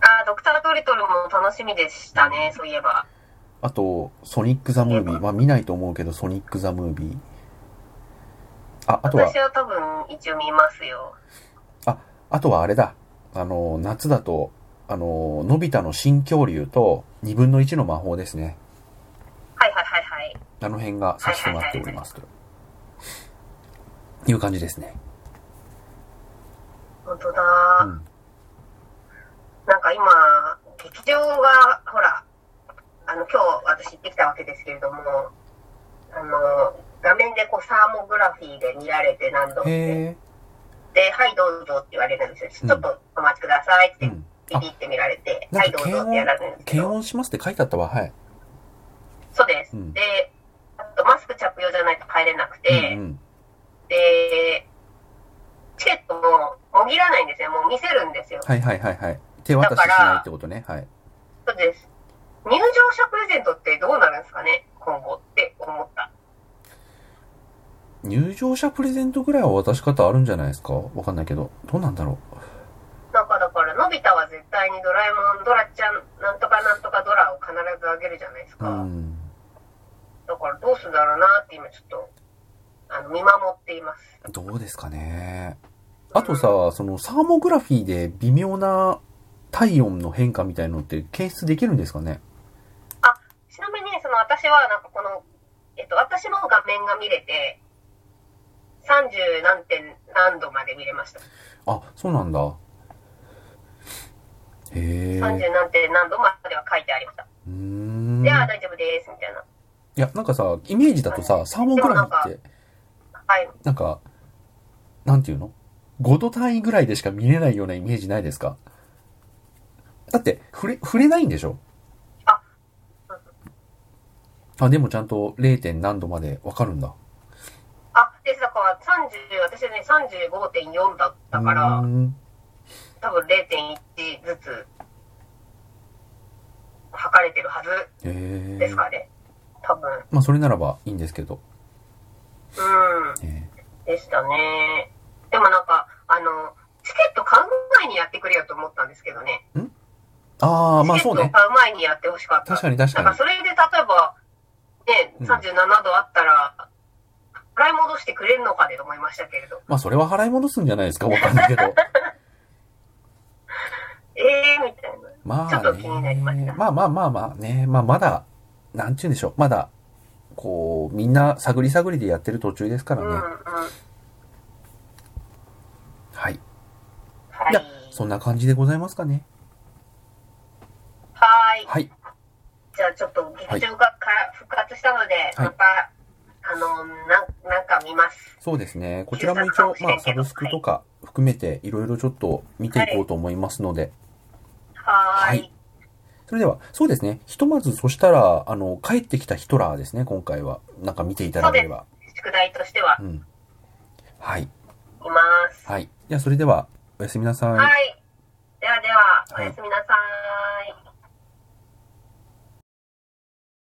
Speaker 2: ああ、ドクタードリトルも楽しみでしたね、そういえば。
Speaker 1: あと、ソニック・ザ・ムービー。まあ見ないと思うけど、ソニック・ザ・ムービー。あ、あとは
Speaker 2: 私、は多分一応見ますよ。
Speaker 1: あとはあれだ。あの、夏だと、あの、のび太の新恐竜と2分の1の魔法ですね。
Speaker 2: はいはいはいはい。
Speaker 1: あの辺が差し迫っておりますと。いう感じですね。
Speaker 2: 本当だ、
Speaker 1: うん
Speaker 2: なんか今、劇場が、ほら、あの、今日私行ってきたわけですけれども、あの、画面でこうサーモグラフィーで見られて何度もで、
Speaker 1: へ
Speaker 2: はいどうぞって言われるんですよ。
Speaker 1: うん
Speaker 2: ちょっとお待ちくださいっ
Speaker 1: え。う
Speaker 2: て、
Speaker 1: ん。
Speaker 2: ピ
Speaker 1: あ
Speaker 2: ピって見られて、
Speaker 1: なんか
Speaker 2: はいどうぞってやられるんですけ
Speaker 1: 検
Speaker 2: ど、
Speaker 1: 温しますって書いてあったわ。はい。
Speaker 2: そうです。
Speaker 1: うん
Speaker 2: で、あとマスク着用じゃないと入れなくて、
Speaker 1: うんうん。
Speaker 2: で、チケットももぎらないんですよ。もう見せるんですよ。
Speaker 1: はいはいはいはい。手渡ししないってことね。はい。
Speaker 2: そうです。入場者プレゼントってどうなるんですかね今後って思った。
Speaker 1: 入場者プレゼントぐらいは渡し方あるんじゃないですかわかんないけど。どうなんだろう。
Speaker 2: なんかだから、のび太は絶対にドラえもん、ドラちゃん、なんとかなんとかドラを必ずあげるじゃないです
Speaker 1: う
Speaker 2: か。
Speaker 1: ん。
Speaker 2: だからどうするだろうなって今ちょっと、あの、見守っています。
Speaker 1: どうですかね。あとさ、そのサーモグラフィーで微妙な体温の変化みたいのって検出できるんですかね
Speaker 2: ちなみに、その私はなんかこの、えっと、私の画面が見れて、30何点何度まで見れました。
Speaker 1: あ、そうなんだ。へえ。
Speaker 2: 30何点何度までは書いてありました。
Speaker 1: うーん。い
Speaker 2: で、あ、大丈夫です、みたいな。
Speaker 1: や、なんかさ、イメージだとさ、サーモグラフィーって、
Speaker 2: はい。
Speaker 1: なんか、なんていうの ?5 度単位ぐらいでしか見れないようなイメージないですかだって、触れ、触れないんでしょ
Speaker 2: あ
Speaker 1: あ、でもちゃんと 0. 何度までわかるんだ。
Speaker 2: あ、です、だから30、私はね、35.4だったか
Speaker 1: うー
Speaker 2: ら、
Speaker 1: ん
Speaker 2: 多分0.1ずつ、測れてるはず
Speaker 1: へ
Speaker 2: で
Speaker 1: え
Speaker 2: す。かね。多分。
Speaker 1: まあ、それならばいいんですけど。
Speaker 2: うん、
Speaker 1: えー
Speaker 2: でしたね。でもなんか、あの、チケット買う前にやってくれよと思ったんですけどね。
Speaker 1: ああ、まあそう
Speaker 2: チケッ
Speaker 1: ね
Speaker 2: ト。買う前にやってほしかった。
Speaker 1: 確かに確
Speaker 2: なん
Speaker 1: か
Speaker 2: かそれで例えば、ね、
Speaker 1: うん
Speaker 2: 37度あったら、払い戻してくれるのかねと思いましたけれど。
Speaker 1: に。まあそれは払い戻すんじゃないですか、わかんないけど。
Speaker 2: ええー、みたいな。
Speaker 1: ま
Speaker 2: ちょ
Speaker 1: あ
Speaker 2: っと気になりまし
Speaker 1: ね
Speaker 2: た。
Speaker 1: まあまあまあまあね。まあまだ、なんちゅうんでしょう。まだ、こう、みんな探り探りでやってる途中ですか
Speaker 2: うん、うん。
Speaker 1: らね。はい。
Speaker 2: はい
Speaker 1: や。そんな感じでございますかね。
Speaker 2: はーい。
Speaker 1: はい。
Speaker 2: じゃあちょっと劇場がから復活したので、また、あの、なんなんか見ます。
Speaker 1: そうですね。こちらも一応、まあサブスクとか含めていろいろちょっと見ていこうと思いますので。
Speaker 2: はーい。
Speaker 1: はいそれでは、そうですね。ひとまず、そしたら、あの、帰ってきたヒトラーですね、今回は。なんか見ていただければ。
Speaker 2: 宿題としては
Speaker 1: う、ん。はい。
Speaker 2: います。
Speaker 1: はい。じゃあ、それでは、おやすみなさい。
Speaker 2: はい。ではでは、
Speaker 1: はい
Speaker 2: おやすみなさい。